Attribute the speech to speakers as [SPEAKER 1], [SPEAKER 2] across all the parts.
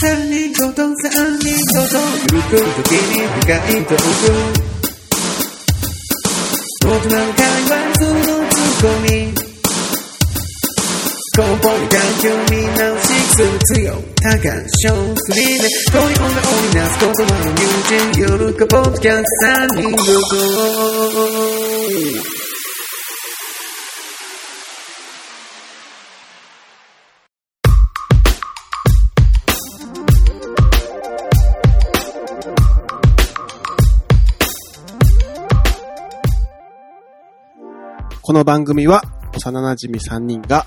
[SPEAKER 1] 三人ごと三人ごとゆく時に深いトーク僕なんかはそのツッコミ根本環境見直しする強多感症フリーで恋女を織りなす言葉の友人夜かポッドキャスト三人ごと
[SPEAKER 2] この番組は幼馴染3人が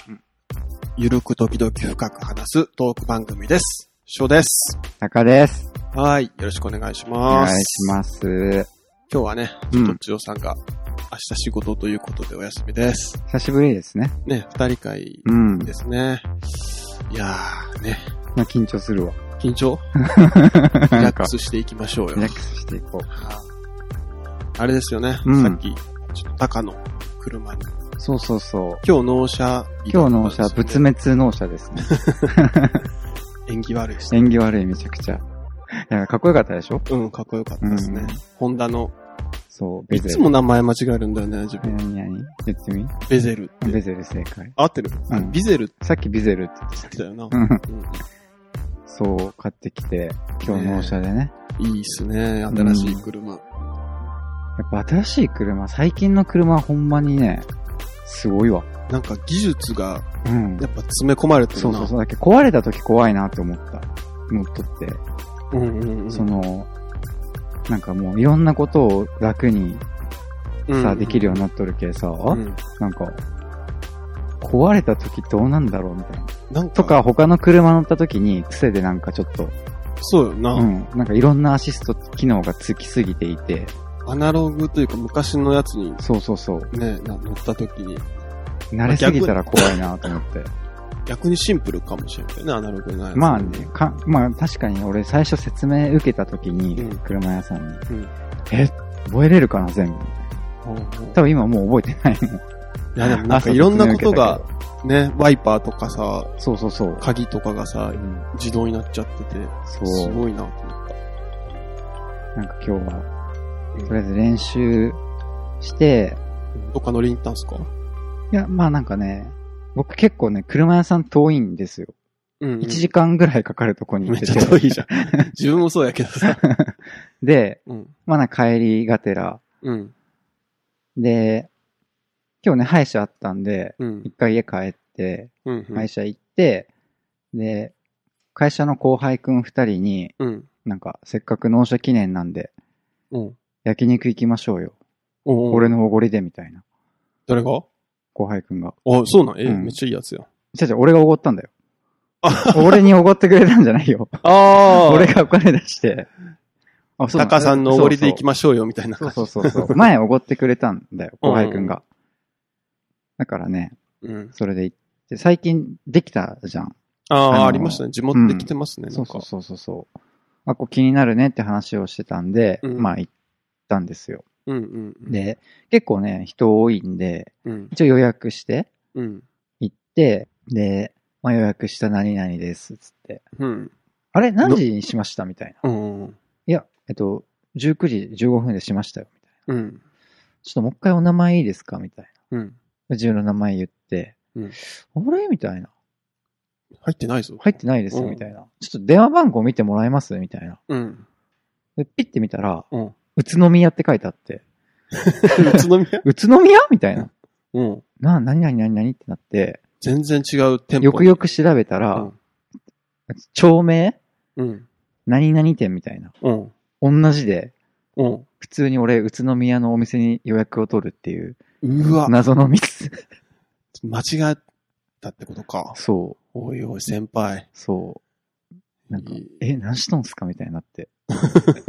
[SPEAKER 2] ゆるく時々深く話すトーク番組です。翔です。
[SPEAKER 3] 中です。
[SPEAKER 2] はい。よろしくお願いし
[SPEAKER 3] お
[SPEAKER 2] ます。
[SPEAKER 3] 願いします。
[SPEAKER 2] 今日はね、
[SPEAKER 3] うん
[SPEAKER 2] とっちおさんが明日仕事ということでお休みです。
[SPEAKER 3] 久しぶりですね。
[SPEAKER 2] ね、二人会
[SPEAKER 3] うん。
[SPEAKER 2] ですね。いやーね、
[SPEAKER 3] まあ、緊張するわ。
[SPEAKER 2] 緊張 リ
[SPEAKER 3] な
[SPEAKER 2] ラッ
[SPEAKER 3] んか
[SPEAKER 2] ク、スしていきましょうよ
[SPEAKER 3] リ。ラックスしていこう。
[SPEAKER 2] あれですよね、
[SPEAKER 3] うん
[SPEAKER 2] さっき、ちょっと高の車に。
[SPEAKER 3] そうそうそう。
[SPEAKER 2] 今日納車日
[SPEAKER 3] 今
[SPEAKER 2] だっ
[SPEAKER 3] 日
[SPEAKER 2] たん
[SPEAKER 3] の
[SPEAKER 2] で
[SPEAKER 3] お
[SPEAKER 2] す
[SPEAKER 3] し
[SPEAKER 2] よね、
[SPEAKER 3] ゃ、仏滅のおしゃですね。
[SPEAKER 2] 縁起悪いですね。
[SPEAKER 3] 縁起悪い、めちゃくちゃ。いや、かっこよかったでしょ
[SPEAKER 2] うん、かっこよかったですね。
[SPEAKER 3] うん
[SPEAKER 2] ホンダの、
[SPEAKER 3] そう、ベ
[SPEAKER 2] い
[SPEAKER 3] ゼル。
[SPEAKER 2] つも名前間違えるんだよね、自
[SPEAKER 3] え
[SPEAKER 2] 分。
[SPEAKER 3] 何何言ってみ
[SPEAKER 2] ベゼルって。
[SPEAKER 3] ベゼル正解。
[SPEAKER 2] 合ってる、
[SPEAKER 3] うん
[SPEAKER 2] ビゼルって
[SPEAKER 3] さっきビゼルって言って
[SPEAKER 2] 言ってたよな。
[SPEAKER 3] た。うん。
[SPEAKER 2] うん
[SPEAKER 3] そう、買ってきて、今日のおしゃでね。
[SPEAKER 2] いいっすね、新しい車。
[SPEAKER 3] やっぱ新しい車、最近の車はほんまにね、すごいわ。
[SPEAKER 2] なんか技術が、
[SPEAKER 3] うん。
[SPEAKER 2] やっぱ詰め込まれてるな。
[SPEAKER 3] そうそうそう。だけど壊れた時怖いなって思った。乗っとって。
[SPEAKER 2] うんうんうん。
[SPEAKER 3] その、なんかもういろんなことを楽に
[SPEAKER 2] うんうん
[SPEAKER 3] さ、できるようになっとるけさ、
[SPEAKER 2] うん
[SPEAKER 3] なんか、壊れた時どうなんだろうみたいな。
[SPEAKER 2] なんか、
[SPEAKER 3] とか、他の車乗った時に癖でなんかちょっと、
[SPEAKER 2] そうよな、
[SPEAKER 3] うん、なんかいろんなアシスト機能がつきすぎていて、
[SPEAKER 2] アナログというか昔のやつに
[SPEAKER 3] そうそうそう、
[SPEAKER 2] ね、な乗った時に、
[SPEAKER 3] 慣れすぎたら怖いなと思って。
[SPEAKER 2] 逆にシンプルかもしれないね、アナログなやつ。
[SPEAKER 3] まあね、か、まあ確かに俺最初説明受けた時に
[SPEAKER 2] うん、
[SPEAKER 3] 車屋さんに、
[SPEAKER 2] うん
[SPEAKER 3] え、覚えれるかな全部。
[SPEAKER 2] ほうほう
[SPEAKER 3] 多分今もう覚えてないもん。
[SPEAKER 2] いやでもなんかいろんなことが
[SPEAKER 3] 朝説明受けたけど。
[SPEAKER 2] ね、ワイパーとかさ、
[SPEAKER 3] そうそうそう。
[SPEAKER 2] 鍵とかがさ
[SPEAKER 3] う、ん
[SPEAKER 2] 自動になっちゃってて、
[SPEAKER 3] そ
[SPEAKER 2] す
[SPEAKER 3] う。
[SPEAKER 2] ごいなと思った。
[SPEAKER 3] なんか今日は、とりあえず練習して、
[SPEAKER 2] どっか乗りに行ったんすか
[SPEAKER 3] いや、まあなんかね、僕結構ね、車屋さん遠いんですよ。
[SPEAKER 2] うん
[SPEAKER 3] 1時間ぐらいかかるとこに行っ
[SPEAKER 2] めってち
[SPEAKER 3] て。
[SPEAKER 2] ゃ遠いじ ゃん。自分もそうやけどさ。
[SPEAKER 3] で、
[SPEAKER 2] うん。
[SPEAKER 3] まあなんか帰りがてら。
[SPEAKER 2] うん。
[SPEAKER 3] で、今日ね、歯医者あったんで、
[SPEAKER 2] うん
[SPEAKER 3] 一。回家帰って、
[SPEAKER 2] うん。
[SPEAKER 3] 歯医者行って、で、会社の後輩くん二人に、
[SPEAKER 2] うん。
[SPEAKER 3] なんか、せっかく納車記念なんで、
[SPEAKER 2] うん。
[SPEAKER 3] 焼肉行きましょうよ。
[SPEAKER 2] おうおう
[SPEAKER 3] 俺のおごりで、みたいな。
[SPEAKER 2] 誰があ、
[SPEAKER 3] 後輩くんが。
[SPEAKER 2] そうなんえ、
[SPEAKER 3] うん
[SPEAKER 2] めっちゃいいやつや。
[SPEAKER 3] 違う違う、俺がおごったんだよ。俺におごってくれたんじゃないよ。
[SPEAKER 2] ああ
[SPEAKER 3] 俺がお金出して。あ、そ
[SPEAKER 2] タカさんのおごりで行き
[SPEAKER 3] ま
[SPEAKER 2] ましょうよ、みたいな
[SPEAKER 3] そ
[SPEAKER 2] 感
[SPEAKER 3] う
[SPEAKER 2] じ。
[SPEAKER 3] そうそうそうそう。前おごってくれたんだよ、後輩くんが。だからね、
[SPEAKER 2] うん。
[SPEAKER 3] それで行って、最近できたじゃん。
[SPEAKER 2] あ
[SPEAKER 3] あ
[SPEAKER 2] あ、
[SPEAKER 3] の
[SPEAKER 2] ありましたね。地元で来てますね、な
[SPEAKER 3] そ
[SPEAKER 2] ん
[SPEAKER 3] うそ
[SPEAKER 2] か
[SPEAKER 3] う。そうそうそう。あ、こう気になるねって話をしてたんで、
[SPEAKER 2] うん
[SPEAKER 3] まあ行ったんですよ。
[SPEAKER 2] うんうんうん。
[SPEAKER 3] で、結構ね、人多いんで、
[SPEAKER 2] うん。
[SPEAKER 3] 一応予約して
[SPEAKER 2] うん。
[SPEAKER 3] 行って、で、まあ予約した何々です、つって。
[SPEAKER 2] うん。
[SPEAKER 3] あれ何時にしましたみたいな。
[SPEAKER 2] うん。
[SPEAKER 3] いや、えっと、19時15分でしましたよ、みたいな。
[SPEAKER 2] うん。
[SPEAKER 3] ちょっともう一回お名前いいですかみたいな。
[SPEAKER 2] うん。
[SPEAKER 3] 自分の名前言って、
[SPEAKER 2] うん
[SPEAKER 3] あれみたいな。
[SPEAKER 2] 入ってないぞ。
[SPEAKER 3] 入ってないですよ、
[SPEAKER 2] うん
[SPEAKER 3] みたいな。ちょっと電話番号見てもらえますみたいな。
[SPEAKER 2] うん。
[SPEAKER 3] で、ピッて見たら、
[SPEAKER 2] うん。
[SPEAKER 3] 宇都宮って書いてあって、
[SPEAKER 2] 宇都宮
[SPEAKER 3] 宇都宮みたいな。
[SPEAKER 2] うん。
[SPEAKER 3] な、なになになになにってなって、
[SPEAKER 2] 全然違う店舗。
[SPEAKER 3] よくよく調べたら、町名
[SPEAKER 2] うん。
[SPEAKER 3] 何々店みたいな。
[SPEAKER 2] うん。
[SPEAKER 3] 同じで、
[SPEAKER 2] うん。
[SPEAKER 3] 普通に俺、宇都宮のお店に予約を取るっていう、
[SPEAKER 2] うん。うわ、
[SPEAKER 3] 謎のミス。
[SPEAKER 2] 間違ったってことか。
[SPEAKER 3] そ
[SPEAKER 2] おいおい、先輩
[SPEAKER 3] う、。そう。なんか、え、何しとんすかみたいになって。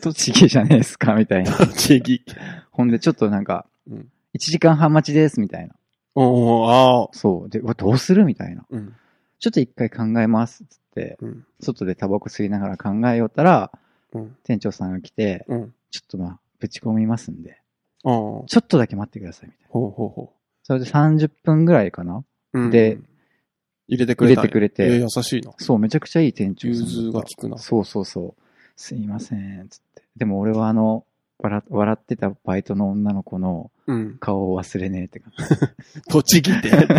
[SPEAKER 3] 栃木じゃねえっすかみ たいな。
[SPEAKER 2] 栃木県。
[SPEAKER 3] ほんで、ちょっとなんか、
[SPEAKER 2] うん
[SPEAKER 3] 1時間半待ちです、みたいな。
[SPEAKER 2] おおああ。
[SPEAKER 3] そう。で、うわどうするみたいな。
[SPEAKER 2] うん。
[SPEAKER 3] ちょっと一回考えます、つって、
[SPEAKER 2] うん。
[SPEAKER 3] 外でタバコ吸いながら考えよったら、
[SPEAKER 2] うん。
[SPEAKER 3] 店長さんが来て、
[SPEAKER 2] うん。
[SPEAKER 3] ちょっとまあ、ぶち込みますんで、
[SPEAKER 2] ああ。ほ
[SPEAKER 3] ちょっとだけ待ってください、みたいな。
[SPEAKER 2] うほうほ
[SPEAKER 3] それで30分ぐらいかな
[SPEAKER 2] う。うん
[SPEAKER 3] で、
[SPEAKER 2] 入れてく
[SPEAKER 3] 入れ
[SPEAKER 2] れたんや
[SPEAKER 3] てくれ
[SPEAKER 2] えー
[SPEAKER 3] て、
[SPEAKER 2] 優しいな。
[SPEAKER 3] そう、めちゃくちゃいい店長さんだった
[SPEAKER 2] 融通が利くな
[SPEAKER 3] そうそうそう。すいません、つって。でも俺はあの、笑笑ってたバイトの女の子の
[SPEAKER 2] うん。
[SPEAKER 3] 顔を忘れねえって感 じ。
[SPEAKER 2] 栃木ってやって。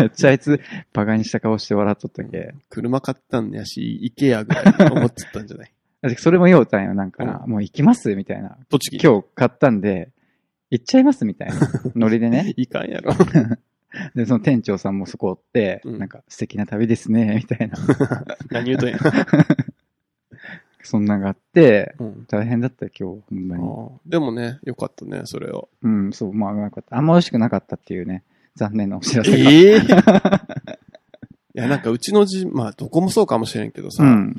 [SPEAKER 3] めっちゃあいつ、バカにした顔して笑っとったけ。
[SPEAKER 2] 車買ったんやし、イケアぐらい思ってたんじゃない
[SPEAKER 3] でそれも言おうたんよ、なんかな、もう行きますみたいな。
[SPEAKER 2] 栃木。
[SPEAKER 3] 今日買ったんで、行っちゃいますみたいな。ノリで ね。
[SPEAKER 2] いかんやろ。
[SPEAKER 3] で、その店長さんもそこおって、
[SPEAKER 2] うん
[SPEAKER 3] なんか素敵な旅ですね、み たいな。
[SPEAKER 2] 何言うとんや。
[SPEAKER 3] そんなんがあって、
[SPEAKER 2] うん
[SPEAKER 3] 大変だったよ、今日、ほんま
[SPEAKER 2] あ
[SPEAKER 3] に。
[SPEAKER 2] ーでもね、よかったね、それを。
[SPEAKER 3] うん、そう、まあ、よかった。あんま美味しくなかったっていうね、残念なお知らせが。
[SPEAKER 2] ええいや、なんかうちのじ、まあ、どこもそうかもしれんけどさ、
[SPEAKER 3] うん、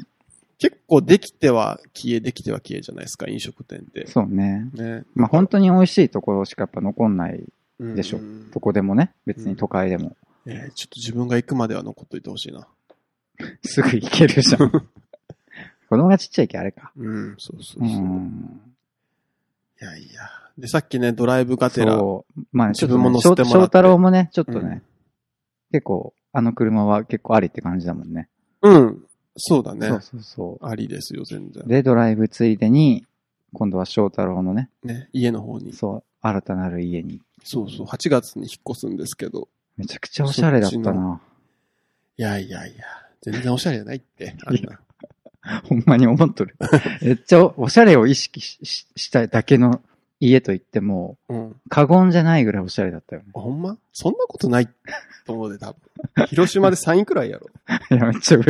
[SPEAKER 2] 結構できては消え、できては消えじゃないですか、飲食店って。
[SPEAKER 3] そうね。
[SPEAKER 2] ね。
[SPEAKER 3] まあ、本当に美味しいところしかやっぱ残んない、
[SPEAKER 2] うん
[SPEAKER 3] でしょ
[SPEAKER 2] うん
[SPEAKER 3] どこでもね、別に都会でも。
[SPEAKER 2] えーちょっと自分が行くまでは残っといてほしいな。
[SPEAKER 3] すぐ行けるじゃ ん。子供がちっちゃいけ、あれか。
[SPEAKER 2] うん、そうそううそう。
[SPEAKER 3] ん。
[SPEAKER 2] いやいや。で、さっきね、ドライブがてら、
[SPEAKER 3] そう。まあ、ね、ちょっと、
[SPEAKER 2] 自分
[SPEAKER 3] ね、
[SPEAKER 2] も乗
[SPEAKER 3] 翔
[SPEAKER 2] せてもらって
[SPEAKER 3] 翔太郎もね、ちょっとね、
[SPEAKER 2] うん
[SPEAKER 3] 結構、あの車は結構ありって感じだもんね。
[SPEAKER 2] うん、そうだね
[SPEAKER 3] そう。そうそ
[SPEAKER 2] ありですよ、全然
[SPEAKER 3] う。。で、ドライブついでに、今度は翔太郎のね、
[SPEAKER 2] ね、家の方に。
[SPEAKER 3] そう、新たなる家に。
[SPEAKER 2] そうそう、8月に引っ越すんですけど。
[SPEAKER 3] めちゃくちゃおしゃれだった
[SPEAKER 2] そっち
[SPEAKER 3] な。
[SPEAKER 2] いやいやいや、全然おしゃれじゃな いって。あんな
[SPEAKER 3] ほんまに思っ とる。めっちゃおしゃれを意識しししただけの家と言っても、
[SPEAKER 2] うん。
[SPEAKER 3] 過言じゃないぐらいおしゃれだったよね。
[SPEAKER 2] ほんまそんなことないと思うで、多分。広島で3位くらいやろ。
[SPEAKER 3] いや、めっちゃ上。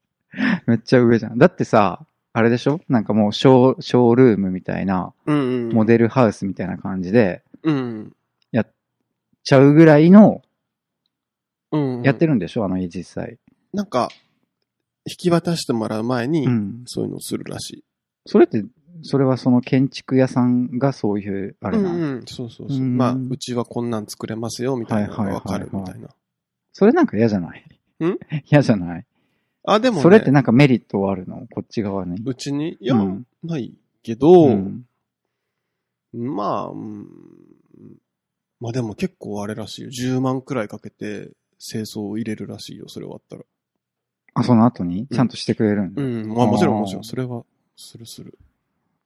[SPEAKER 3] めっちゃ上じゃん。だってさ、あれでしょなんかもうショー、ショールームみたいな、
[SPEAKER 2] うんうん。
[SPEAKER 3] モデルハウスみたいな感じで、
[SPEAKER 2] うん。
[SPEAKER 3] ちゃうぐらいの、
[SPEAKER 2] うん。
[SPEAKER 3] やってるんでしょ、あの家実際。
[SPEAKER 2] なんか、引き渡してもらう前に
[SPEAKER 3] う、ん。
[SPEAKER 2] そういうのをするらしい。
[SPEAKER 3] それって、それはその建築屋さんがそういう、あ
[SPEAKER 2] あ
[SPEAKER 3] れな、
[SPEAKER 2] うんうん。そうそうそう。
[SPEAKER 3] うん
[SPEAKER 2] まあ、うちはこんなん作れますよ、みたいなのがわかるみた
[SPEAKER 3] はい
[SPEAKER 2] な。
[SPEAKER 3] それなんか嫌じゃない
[SPEAKER 2] ん
[SPEAKER 3] 嫌じゃない、
[SPEAKER 2] あ、でもね、
[SPEAKER 3] それってなんかメリットはあるのこっち側に。
[SPEAKER 2] うちに、いや、
[SPEAKER 3] うん
[SPEAKER 2] ないけど、
[SPEAKER 3] うん
[SPEAKER 2] まあ、うん、まあでも結構あれらしいよ。10万くらいかけて清掃を入れるらしいよ、それ終わったら。
[SPEAKER 3] あ、その後にちゃんとしてくれるんだ。
[SPEAKER 2] うん、まあもちろん
[SPEAKER 3] あー
[SPEAKER 2] もちろん、それは、するする。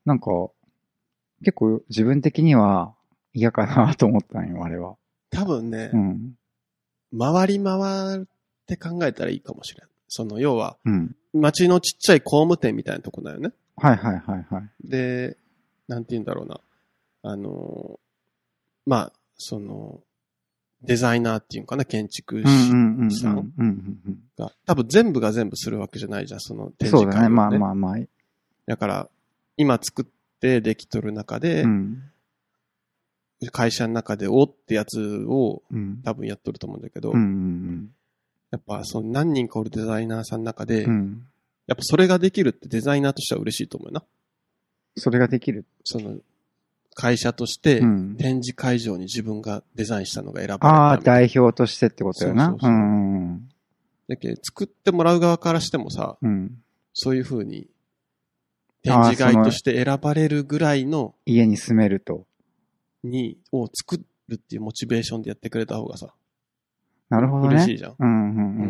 [SPEAKER 3] なんか、結構自分的には嫌かなと思ったんよ、あれは。
[SPEAKER 2] 多分ね
[SPEAKER 3] う、ん。
[SPEAKER 2] 回り回って考えたらいいかもしれん。その、要は、
[SPEAKER 3] うん。
[SPEAKER 2] 町のちっちゃい工務店みたいなとこだよね。
[SPEAKER 3] はいはいはいはい。
[SPEAKER 2] で、なんて言うんだろうな。あの、まあ、その、デザイナーっていうのかな、建築士
[SPEAKER 3] うんうんうんうん。
[SPEAKER 2] さ
[SPEAKER 3] うんんうんうん
[SPEAKER 2] が、多分全部が全部するわけじゃないじゃん、その展
[SPEAKER 3] そ
[SPEAKER 2] 示
[SPEAKER 3] うだ
[SPEAKER 2] 会を、
[SPEAKER 3] ね。まあまあまあ。
[SPEAKER 2] だから、今作ってできとる中で、
[SPEAKER 3] うん。
[SPEAKER 2] 会社の中でおってやつを
[SPEAKER 3] うん。
[SPEAKER 2] 多分やっとると思うんだけど、
[SPEAKER 3] うんうん
[SPEAKER 2] やっぱその何人かおるデザイナーさんの中で、
[SPEAKER 3] うん。うん。
[SPEAKER 2] やっぱそれができるってデザイナーとしては嬉しいと思うな。
[SPEAKER 3] それができる。
[SPEAKER 2] その、会社として
[SPEAKER 3] うん。
[SPEAKER 2] 展示会場に自分がデザインしたのが選ばれた
[SPEAKER 3] ああ、
[SPEAKER 2] みたいな
[SPEAKER 3] 代表としてってことよな。
[SPEAKER 2] そううそうそうん
[SPEAKER 3] うん
[SPEAKER 2] だけど作ってもらう側からしてもさ、
[SPEAKER 3] うん。うん。
[SPEAKER 2] そういうふうに
[SPEAKER 3] あー
[SPEAKER 2] 展示会として選ばれるぐらいの
[SPEAKER 3] 家に住めると。
[SPEAKER 2] に、を作るっていうモチベーションでやってくれた方がさ、
[SPEAKER 3] なるほどね。
[SPEAKER 2] 嬉しいじゃん。
[SPEAKER 3] うんうんうんうんうんう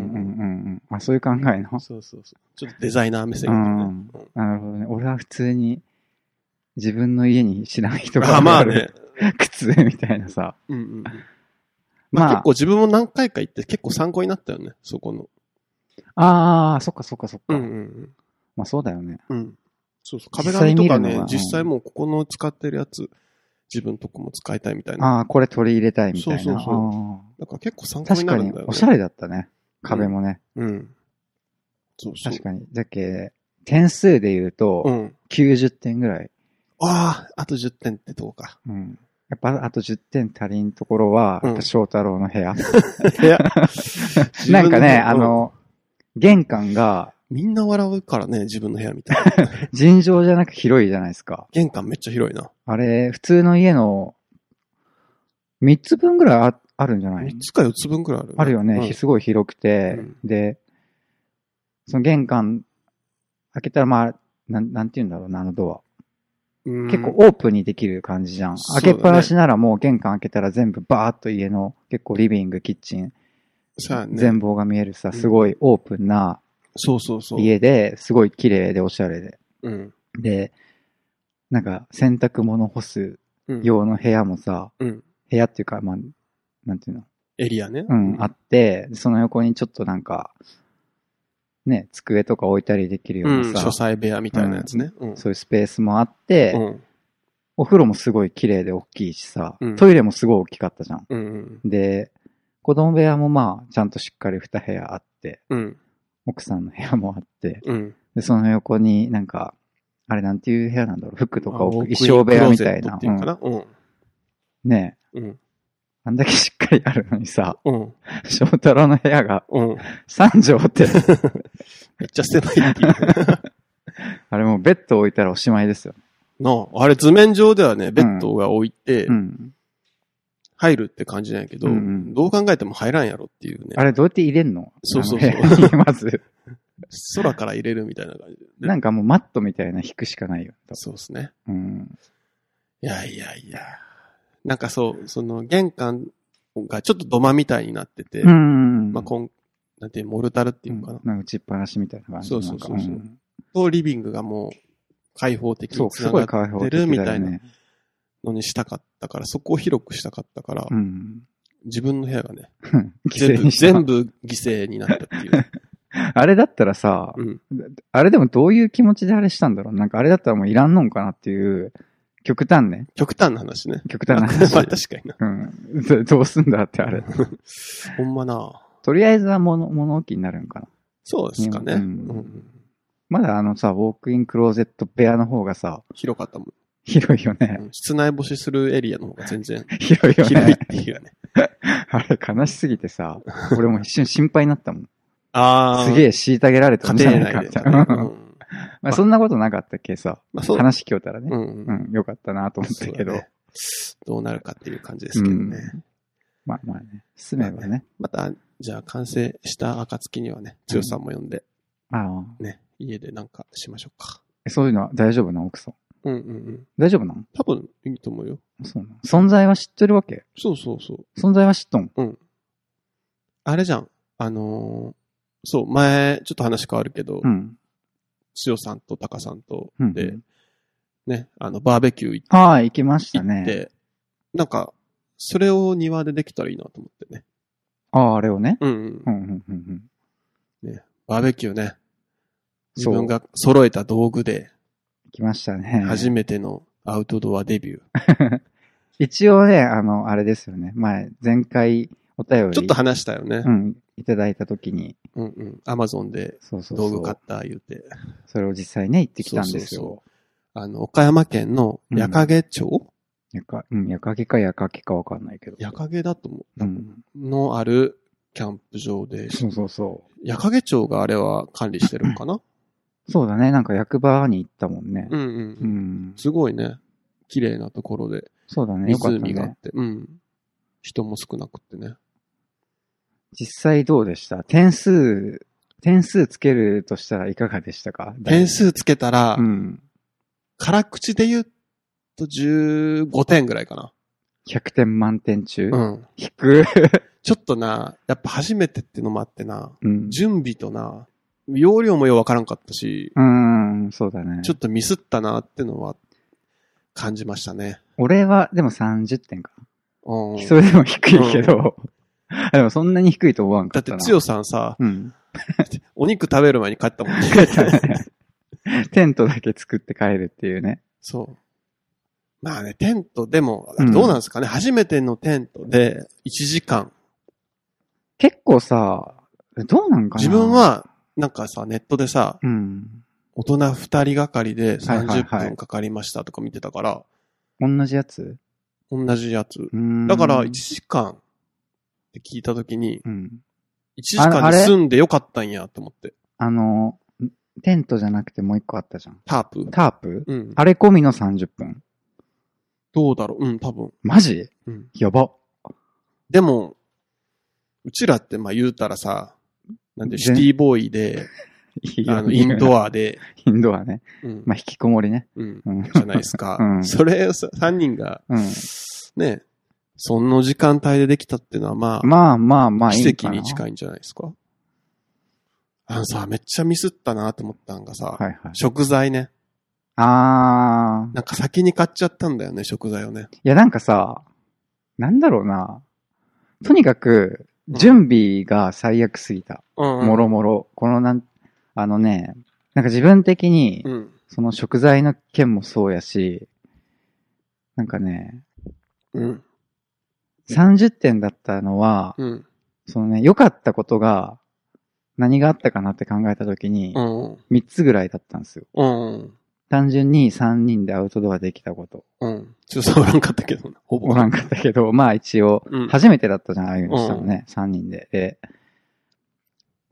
[SPEAKER 3] ん。あ、そういう考えな。
[SPEAKER 2] そうそうそう。ちょっとデザイナー目線
[SPEAKER 3] う
[SPEAKER 2] が
[SPEAKER 3] ん
[SPEAKER 2] ね。うん
[SPEAKER 3] なるほどね。俺は普通に、自分の家に知らん人が
[SPEAKER 2] あ、まあ ね。
[SPEAKER 3] 靴みたいなさ。
[SPEAKER 2] うんうんうん。まあ
[SPEAKER 3] ま
[SPEAKER 2] 結構自分も何回か行って結構参考になったよね、そこの。
[SPEAKER 3] あ、ああ、そっかそっかそっか。
[SPEAKER 2] うんうん
[SPEAKER 3] まあそうだよね。
[SPEAKER 2] うん。うん。そうそう。壁
[SPEAKER 3] 実際
[SPEAKER 2] 紙とか
[SPEAKER 3] 見るの
[SPEAKER 2] ね
[SPEAKER 3] は、
[SPEAKER 2] 実際もうここの使ってるやつ、自分とこも使いたいみたいな。
[SPEAKER 3] ああ、これ取り入れたいみたいな。
[SPEAKER 2] そうそうそう
[SPEAKER 3] あ
[SPEAKER 2] だから結構参
[SPEAKER 3] ー
[SPEAKER 2] 考に
[SPEAKER 3] 確
[SPEAKER 2] な
[SPEAKER 3] か
[SPEAKER 2] るん
[SPEAKER 3] に
[SPEAKER 2] だよ、ね。
[SPEAKER 3] おしゃれだったね。壁もね。
[SPEAKER 2] うん。そうそう。
[SPEAKER 3] 確かに。だっけ、点数で言うと、
[SPEAKER 2] うん。
[SPEAKER 3] 90点ぐらい。
[SPEAKER 2] ああ、あと10点ってどうか。
[SPEAKER 3] うん。やっぱ、あと10点足りんところは、
[SPEAKER 2] うん
[SPEAKER 3] やっぱ翔太郎の部屋。
[SPEAKER 2] い や
[SPEAKER 3] なんかね、あ、
[SPEAKER 2] 自分うん
[SPEAKER 3] の、玄関が
[SPEAKER 2] みんな笑うからね、自分の部屋みたい な。
[SPEAKER 3] 尋常じゃなく広いじゃないですか。
[SPEAKER 2] 玄関めっちゃ広いな。
[SPEAKER 3] あれ、普通の家の3つ分ぐらいああるんじゃない
[SPEAKER 2] 3つか4つ分くらいある、
[SPEAKER 3] あるよね、
[SPEAKER 2] うん
[SPEAKER 3] すごい広くて、
[SPEAKER 2] うん
[SPEAKER 3] で、その玄関開けたら、まあ、なん、なんて言うんだろうな、あのド
[SPEAKER 2] うん
[SPEAKER 3] ア。結構オープンにできる感じじゃん。
[SPEAKER 2] そうだ
[SPEAKER 3] 開
[SPEAKER 2] ね
[SPEAKER 3] けっぱなしならもう玄関開けたら全部バーっと家の結構リビング、キッチン、
[SPEAKER 2] さあね。
[SPEAKER 3] 全貌が見えるさ、すごいオープンな
[SPEAKER 2] そうそうそう。
[SPEAKER 3] 家で、すごい綺麗でおしゃれで。
[SPEAKER 2] うん。
[SPEAKER 3] で、なんか洗濯物干す
[SPEAKER 2] うん。
[SPEAKER 3] 用の部屋もさ、
[SPEAKER 2] うん。
[SPEAKER 3] 部屋っていうか、まあ、なんていうの、
[SPEAKER 2] エリアね。
[SPEAKER 3] うん、あって、その横にちょっとなんか、ね、机とか置いたりできるよ
[SPEAKER 2] う。
[SPEAKER 3] うなんさ、
[SPEAKER 2] 書斎部屋みたいなやつね。うん。
[SPEAKER 3] そういうスペースもあって、
[SPEAKER 2] うん。
[SPEAKER 3] お風呂もすごい綺麗で大きいしさ、
[SPEAKER 2] うん
[SPEAKER 3] トイレもすごい大きかったじゃん。
[SPEAKER 2] うんうん。
[SPEAKER 3] で、子供部屋もまあ、ちゃんとしっかり2部屋あって、
[SPEAKER 2] うん。
[SPEAKER 3] 奥さんの部屋もあって、
[SPEAKER 2] うん。
[SPEAKER 3] で、その横になんか、あれなんていう部屋なんだろう、服とか
[SPEAKER 2] あ
[SPEAKER 3] 置く衣装部屋みたいな。
[SPEAKER 2] クローゼットっていうかな。うん。
[SPEAKER 3] うんねえ
[SPEAKER 2] うん。
[SPEAKER 3] あんだけしっかりあるのにさ、
[SPEAKER 2] うん。
[SPEAKER 3] 翔太郎の部屋が
[SPEAKER 2] うん。
[SPEAKER 3] 3畳って、
[SPEAKER 2] めっちゃ狭いっていう。
[SPEAKER 3] あれもうベッド置いたらおしまいですよ。
[SPEAKER 2] なあ、あれ図面上ではね、ベッドが置いて
[SPEAKER 3] う、ん。
[SPEAKER 2] 入るって感じなんやけど、
[SPEAKER 3] うんうん
[SPEAKER 2] どう考えても入らんやろっていうね。
[SPEAKER 3] あれどうやって入れんの
[SPEAKER 2] そうそうそう
[SPEAKER 3] あの部屋に まず、
[SPEAKER 2] 空から入れるみたいな感じで。
[SPEAKER 3] なんかもうマットみたいな引くしかないよ。
[SPEAKER 2] そうですね。
[SPEAKER 3] うん。
[SPEAKER 2] いやいやいや。なんかそう、その玄関がちょっと土間みたいになってて、
[SPEAKER 3] うん。
[SPEAKER 2] まあ、こん、なんていう、モルタルっていうのかな。
[SPEAKER 3] なんか打ちっぱなしみたいな感じ
[SPEAKER 2] そうそうそうそう
[SPEAKER 3] なんかん
[SPEAKER 2] と、リビングがもう開放的
[SPEAKER 3] そ
[SPEAKER 2] に
[SPEAKER 3] う、
[SPEAKER 2] つ
[SPEAKER 3] す
[SPEAKER 2] な
[SPEAKER 3] ご
[SPEAKER 2] が
[SPEAKER 3] い開
[SPEAKER 2] っ
[SPEAKER 3] 放
[SPEAKER 2] て
[SPEAKER 3] 的
[SPEAKER 2] るみ
[SPEAKER 3] だ
[SPEAKER 2] た
[SPEAKER 3] よ
[SPEAKER 2] いな
[SPEAKER 3] ね。
[SPEAKER 2] のにしたかったから、そこを広くしたかったから、
[SPEAKER 3] うん。
[SPEAKER 2] 自分の部屋がね、
[SPEAKER 3] 犠
[SPEAKER 2] 全
[SPEAKER 3] 牲
[SPEAKER 2] 部、
[SPEAKER 3] にした
[SPEAKER 2] 全部犠牲になったっ ていう。
[SPEAKER 3] あれだったらさ、
[SPEAKER 2] うん。
[SPEAKER 3] あれでもどういう気持ちであれしたんだろうなんかあれだったらもういらんのんかなっていう、極端ね。
[SPEAKER 2] 極端な話ね。
[SPEAKER 3] 極端な
[SPEAKER 2] ま
[SPEAKER 3] 話。
[SPEAKER 2] あ確か にな。
[SPEAKER 3] うん。どどうすんだってあれ。
[SPEAKER 2] ほんまな。
[SPEAKER 3] とりあえずは物、物置になるんかな。
[SPEAKER 2] そうですかね。う
[SPEAKER 3] うんんまだあのさ、ウォークインクローゼット部屋の方がさ、
[SPEAKER 2] 広かったもん。
[SPEAKER 3] 広いよね。
[SPEAKER 2] うん室内干しするエリアの方が全 然
[SPEAKER 3] 広いよ
[SPEAKER 2] 広い
[SPEAKER 3] ね。
[SPEAKER 2] っていう ね。
[SPEAKER 3] あれ悲しすぎてさ、俺も一瞬心配になったもん。
[SPEAKER 2] ああ。
[SPEAKER 3] すげ
[SPEAKER 2] え。
[SPEAKER 3] え虐げられて
[SPEAKER 2] 家
[SPEAKER 3] んじゃ
[SPEAKER 2] 庭
[SPEAKER 3] ないか
[SPEAKER 2] 内
[SPEAKER 3] み
[SPEAKER 2] で
[SPEAKER 3] たい
[SPEAKER 2] だね。う
[SPEAKER 3] な。
[SPEAKER 2] ん
[SPEAKER 3] まあそんなことなかったっけさ、
[SPEAKER 2] まあそう。
[SPEAKER 3] 話聞こえたらね
[SPEAKER 2] う。ん
[SPEAKER 3] う。ん、よかったなと思った
[SPEAKER 2] そう
[SPEAKER 3] け
[SPEAKER 2] だ
[SPEAKER 3] ど。
[SPEAKER 2] ね。どうなるかっていう感じですけどね。
[SPEAKER 3] まあまあね、住めばね。
[SPEAKER 2] また、じゃあ完成した暁にはね、強さんも呼んで、
[SPEAKER 3] ああ、
[SPEAKER 2] ね、家でなんかしましょうか。
[SPEAKER 3] えそういうのは大丈夫な奥さん。
[SPEAKER 2] うんうんうん。
[SPEAKER 3] 大丈夫なん
[SPEAKER 2] 多分いいと思うよ。
[SPEAKER 3] そうなん。存在は知ってるわけ
[SPEAKER 2] そうそうそう。
[SPEAKER 3] 存在は知っとん。
[SPEAKER 2] あれじゃん。あのーそう、前、ちょっと話変わるけど、
[SPEAKER 3] うん。
[SPEAKER 2] 千代さんとタカさんと
[SPEAKER 3] うん
[SPEAKER 2] で、ね、あの、バーベキュー行っ
[SPEAKER 3] はい、行きました
[SPEAKER 2] 行っ
[SPEAKER 3] ね。
[SPEAKER 2] て、なんか、それを庭でできたらいいなと思ってね。
[SPEAKER 3] ああ、あれをね。
[SPEAKER 2] うん、う。
[SPEAKER 3] うんん、うん、うんうん。
[SPEAKER 2] バーベキューね。自
[SPEAKER 3] そう
[SPEAKER 2] 分が揃えた道具で、
[SPEAKER 3] 行きましたね。
[SPEAKER 2] 初めてのアウトドアデビュー。
[SPEAKER 3] 一応ね、あの、あれですよね。前、前回お便り。
[SPEAKER 2] ちょっと話したよね
[SPEAKER 3] う。ん、いただいたときに、
[SPEAKER 2] うんうん。アマゾンで
[SPEAKER 3] そうそうそう。
[SPEAKER 2] 道具買った言うて。
[SPEAKER 3] それを実際ね、行ってきたんです
[SPEAKER 2] そうそう
[SPEAKER 3] よ。
[SPEAKER 2] あの、岡山県の矢影町、
[SPEAKER 3] やか、うん、やかぎかやかきかわかんないけど。
[SPEAKER 2] 矢影だと思
[SPEAKER 3] う
[SPEAKER 2] う。
[SPEAKER 3] ん。
[SPEAKER 2] のあるキャンプ場で、
[SPEAKER 3] そうそうそ
[SPEAKER 2] 矢影町があれは管理してるのかな
[SPEAKER 3] う。そうだね、なんか役場に行ったもんね
[SPEAKER 2] う。んうん
[SPEAKER 3] う
[SPEAKER 2] うん。
[SPEAKER 3] ん。
[SPEAKER 2] すごいね。綺麗なところで、
[SPEAKER 3] そうだね、よかった
[SPEAKER 2] 湖があっ
[SPEAKER 3] ね。
[SPEAKER 2] て、うん。人も少なくってね。
[SPEAKER 3] 実際どうでした点数、点数つけるとしたらいかがでしたか
[SPEAKER 2] 点数つけたら、
[SPEAKER 3] うん。
[SPEAKER 2] 辛口で言うと15点ぐらいかな。
[SPEAKER 3] 100点満点中
[SPEAKER 2] うん。
[SPEAKER 3] 引く。
[SPEAKER 2] ちょっとな、やっぱ初めてってのもあってな、
[SPEAKER 3] うん。
[SPEAKER 2] 準備とな、容量もようわからんかったし、
[SPEAKER 3] うん、そうだね。
[SPEAKER 2] ちょっとミスったなってのは感じましたね。
[SPEAKER 3] 俺は、でも30点か。
[SPEAKER 2] うん。
[SPEAKER 3] それでも低いけど、あでもそんなに低いと思わんか
[SPEAKER 2] だ
[SPEAKER 3] っ
[SPEAKER 2] って
[SPEAKER 3] たな。
[SPEAKER 2] 強さんさ、
[SPEAKER 3] うん。
[SPEAKER 2] お肉食べる前に帰ったも んね。
[SPEAKER 3] テントだけ作って帰るっていうね。
[SPEAKER 2] そう。まあね、テントでも、あれどうなんですかね、初めてのテントで1時間。
[SPEAKER 3] 結構さ、どうなんかな
[SPEAKER 2] 自分、は、なんかさ、ネットでさ、
[SPEAKER 3] うん。
[SPEAKER 2] 大人2人がかりで
[SPEAKER 3] はいはい
[SPEAKER 2] 30分かかりましたとか見てたから、
[SPEAKER 3] 同じやつ
[SPEAKER 2] 同じやつ。
[SPEAKER 3] うん
[SPEAKER 2] だから1時間って聞いたときに、
[SPEAKER 3] うん。
[SPEAKER 2] 1時間
[SPEAKER 3] あ
[SPEAKER 2] に
[SPEAKER 3] れ
[SPEAKER 2] 住んでよかったんやと思って。
[SPEAKER 3] あの、テントじゃなくてもう一個あったじゃん。
[SPEAKER 2] タープ。
[SPEAKER 3] タープ
[SPEAKER 2] うん。
[SPEAKER 3] あれ込みの30分。
[SPEAKER 2] どうだろううん、多分。
[SPEAKER 3] マジ
[SPEAKER 2] うん。
[SPEAKER 3] やば。
[SPEAKER 2] でも、うちらってまあ言うたらさ、なんでシ
[SPEAKER 3] 全
[SPEAKER 2] ティボーイで、
[SPEAKER 3] いいよ
[SPEAKER 2] あの、インド
[SPEAKER 3] ア。
[SPEAKER 2] アで、
[SPEAKER 3] インドアね。
[SPEAKER 2] うん、
[SPEAKER 3] まあ、引きこもりね。
[SPEAKER 2] うん、
[SPEAKER 3] うん。
[SPEAKER 2] じゃないですか。
[SPEAKER 3] うん
[SPEAKER 2] それをさ、3人が、
[SPEAKER 3] うん。
[SPEAKER 2] ね、その時間帯でできたっていうのは、まあ、
[SPEAKER 3] まあまあまあ、いい
[SPEAKER 2] 奇
[SPEAKER 3] のかな
[SPEAKER 2] 跡に近いんじゃないですか。あのさ、めっちゃミスったなと思ったんがさ、
[SPEAKER 3] はいはい。
[SPEAKER 2] 食材ね。
[SPEAKER 3] あー。
[SPEAKER 2] なんか先に買っちゃったんだよね、食材をね。
[SPEAKER 3] いや、なんかさ、なんだろうな。とにかく、
[SPEAKER 2] うん
[SPEAKER 3] 準備が最悪すぎた。
[SPEAKER 2] うん
[SPEAKER 3] もろもろ。このなん、あのね、なんか自分的に、
[SPEAKER 2] うん。
[SPEAKER 3] その食材の件もそうやし、なんかね、
[SPEAKER 2] うん。
[SPEAKER 3] 30点だったのは、
[SPEAKER 2] うん。
[SPEAKER 3] そのね、良かったことが、何があったかなって考えたときに
[SPEAKER 2] う、ん。
[SPEAKER 3] 3つぐらいだったんですよ。
[SPEAKER 2] うん。
[SPEAKER 3] 単純に3人でアウトドアできたこと。
[SPEAKER 2] うん。ちょっとおらんかったけどな、ほぼ。
[SPEAKER 3] おらんかったけど、まあ一応、
[SPEAKER 2] うん。
[SPEAKER 3] 初めてだったじゃん、ああいうのしたのね、3人で。で、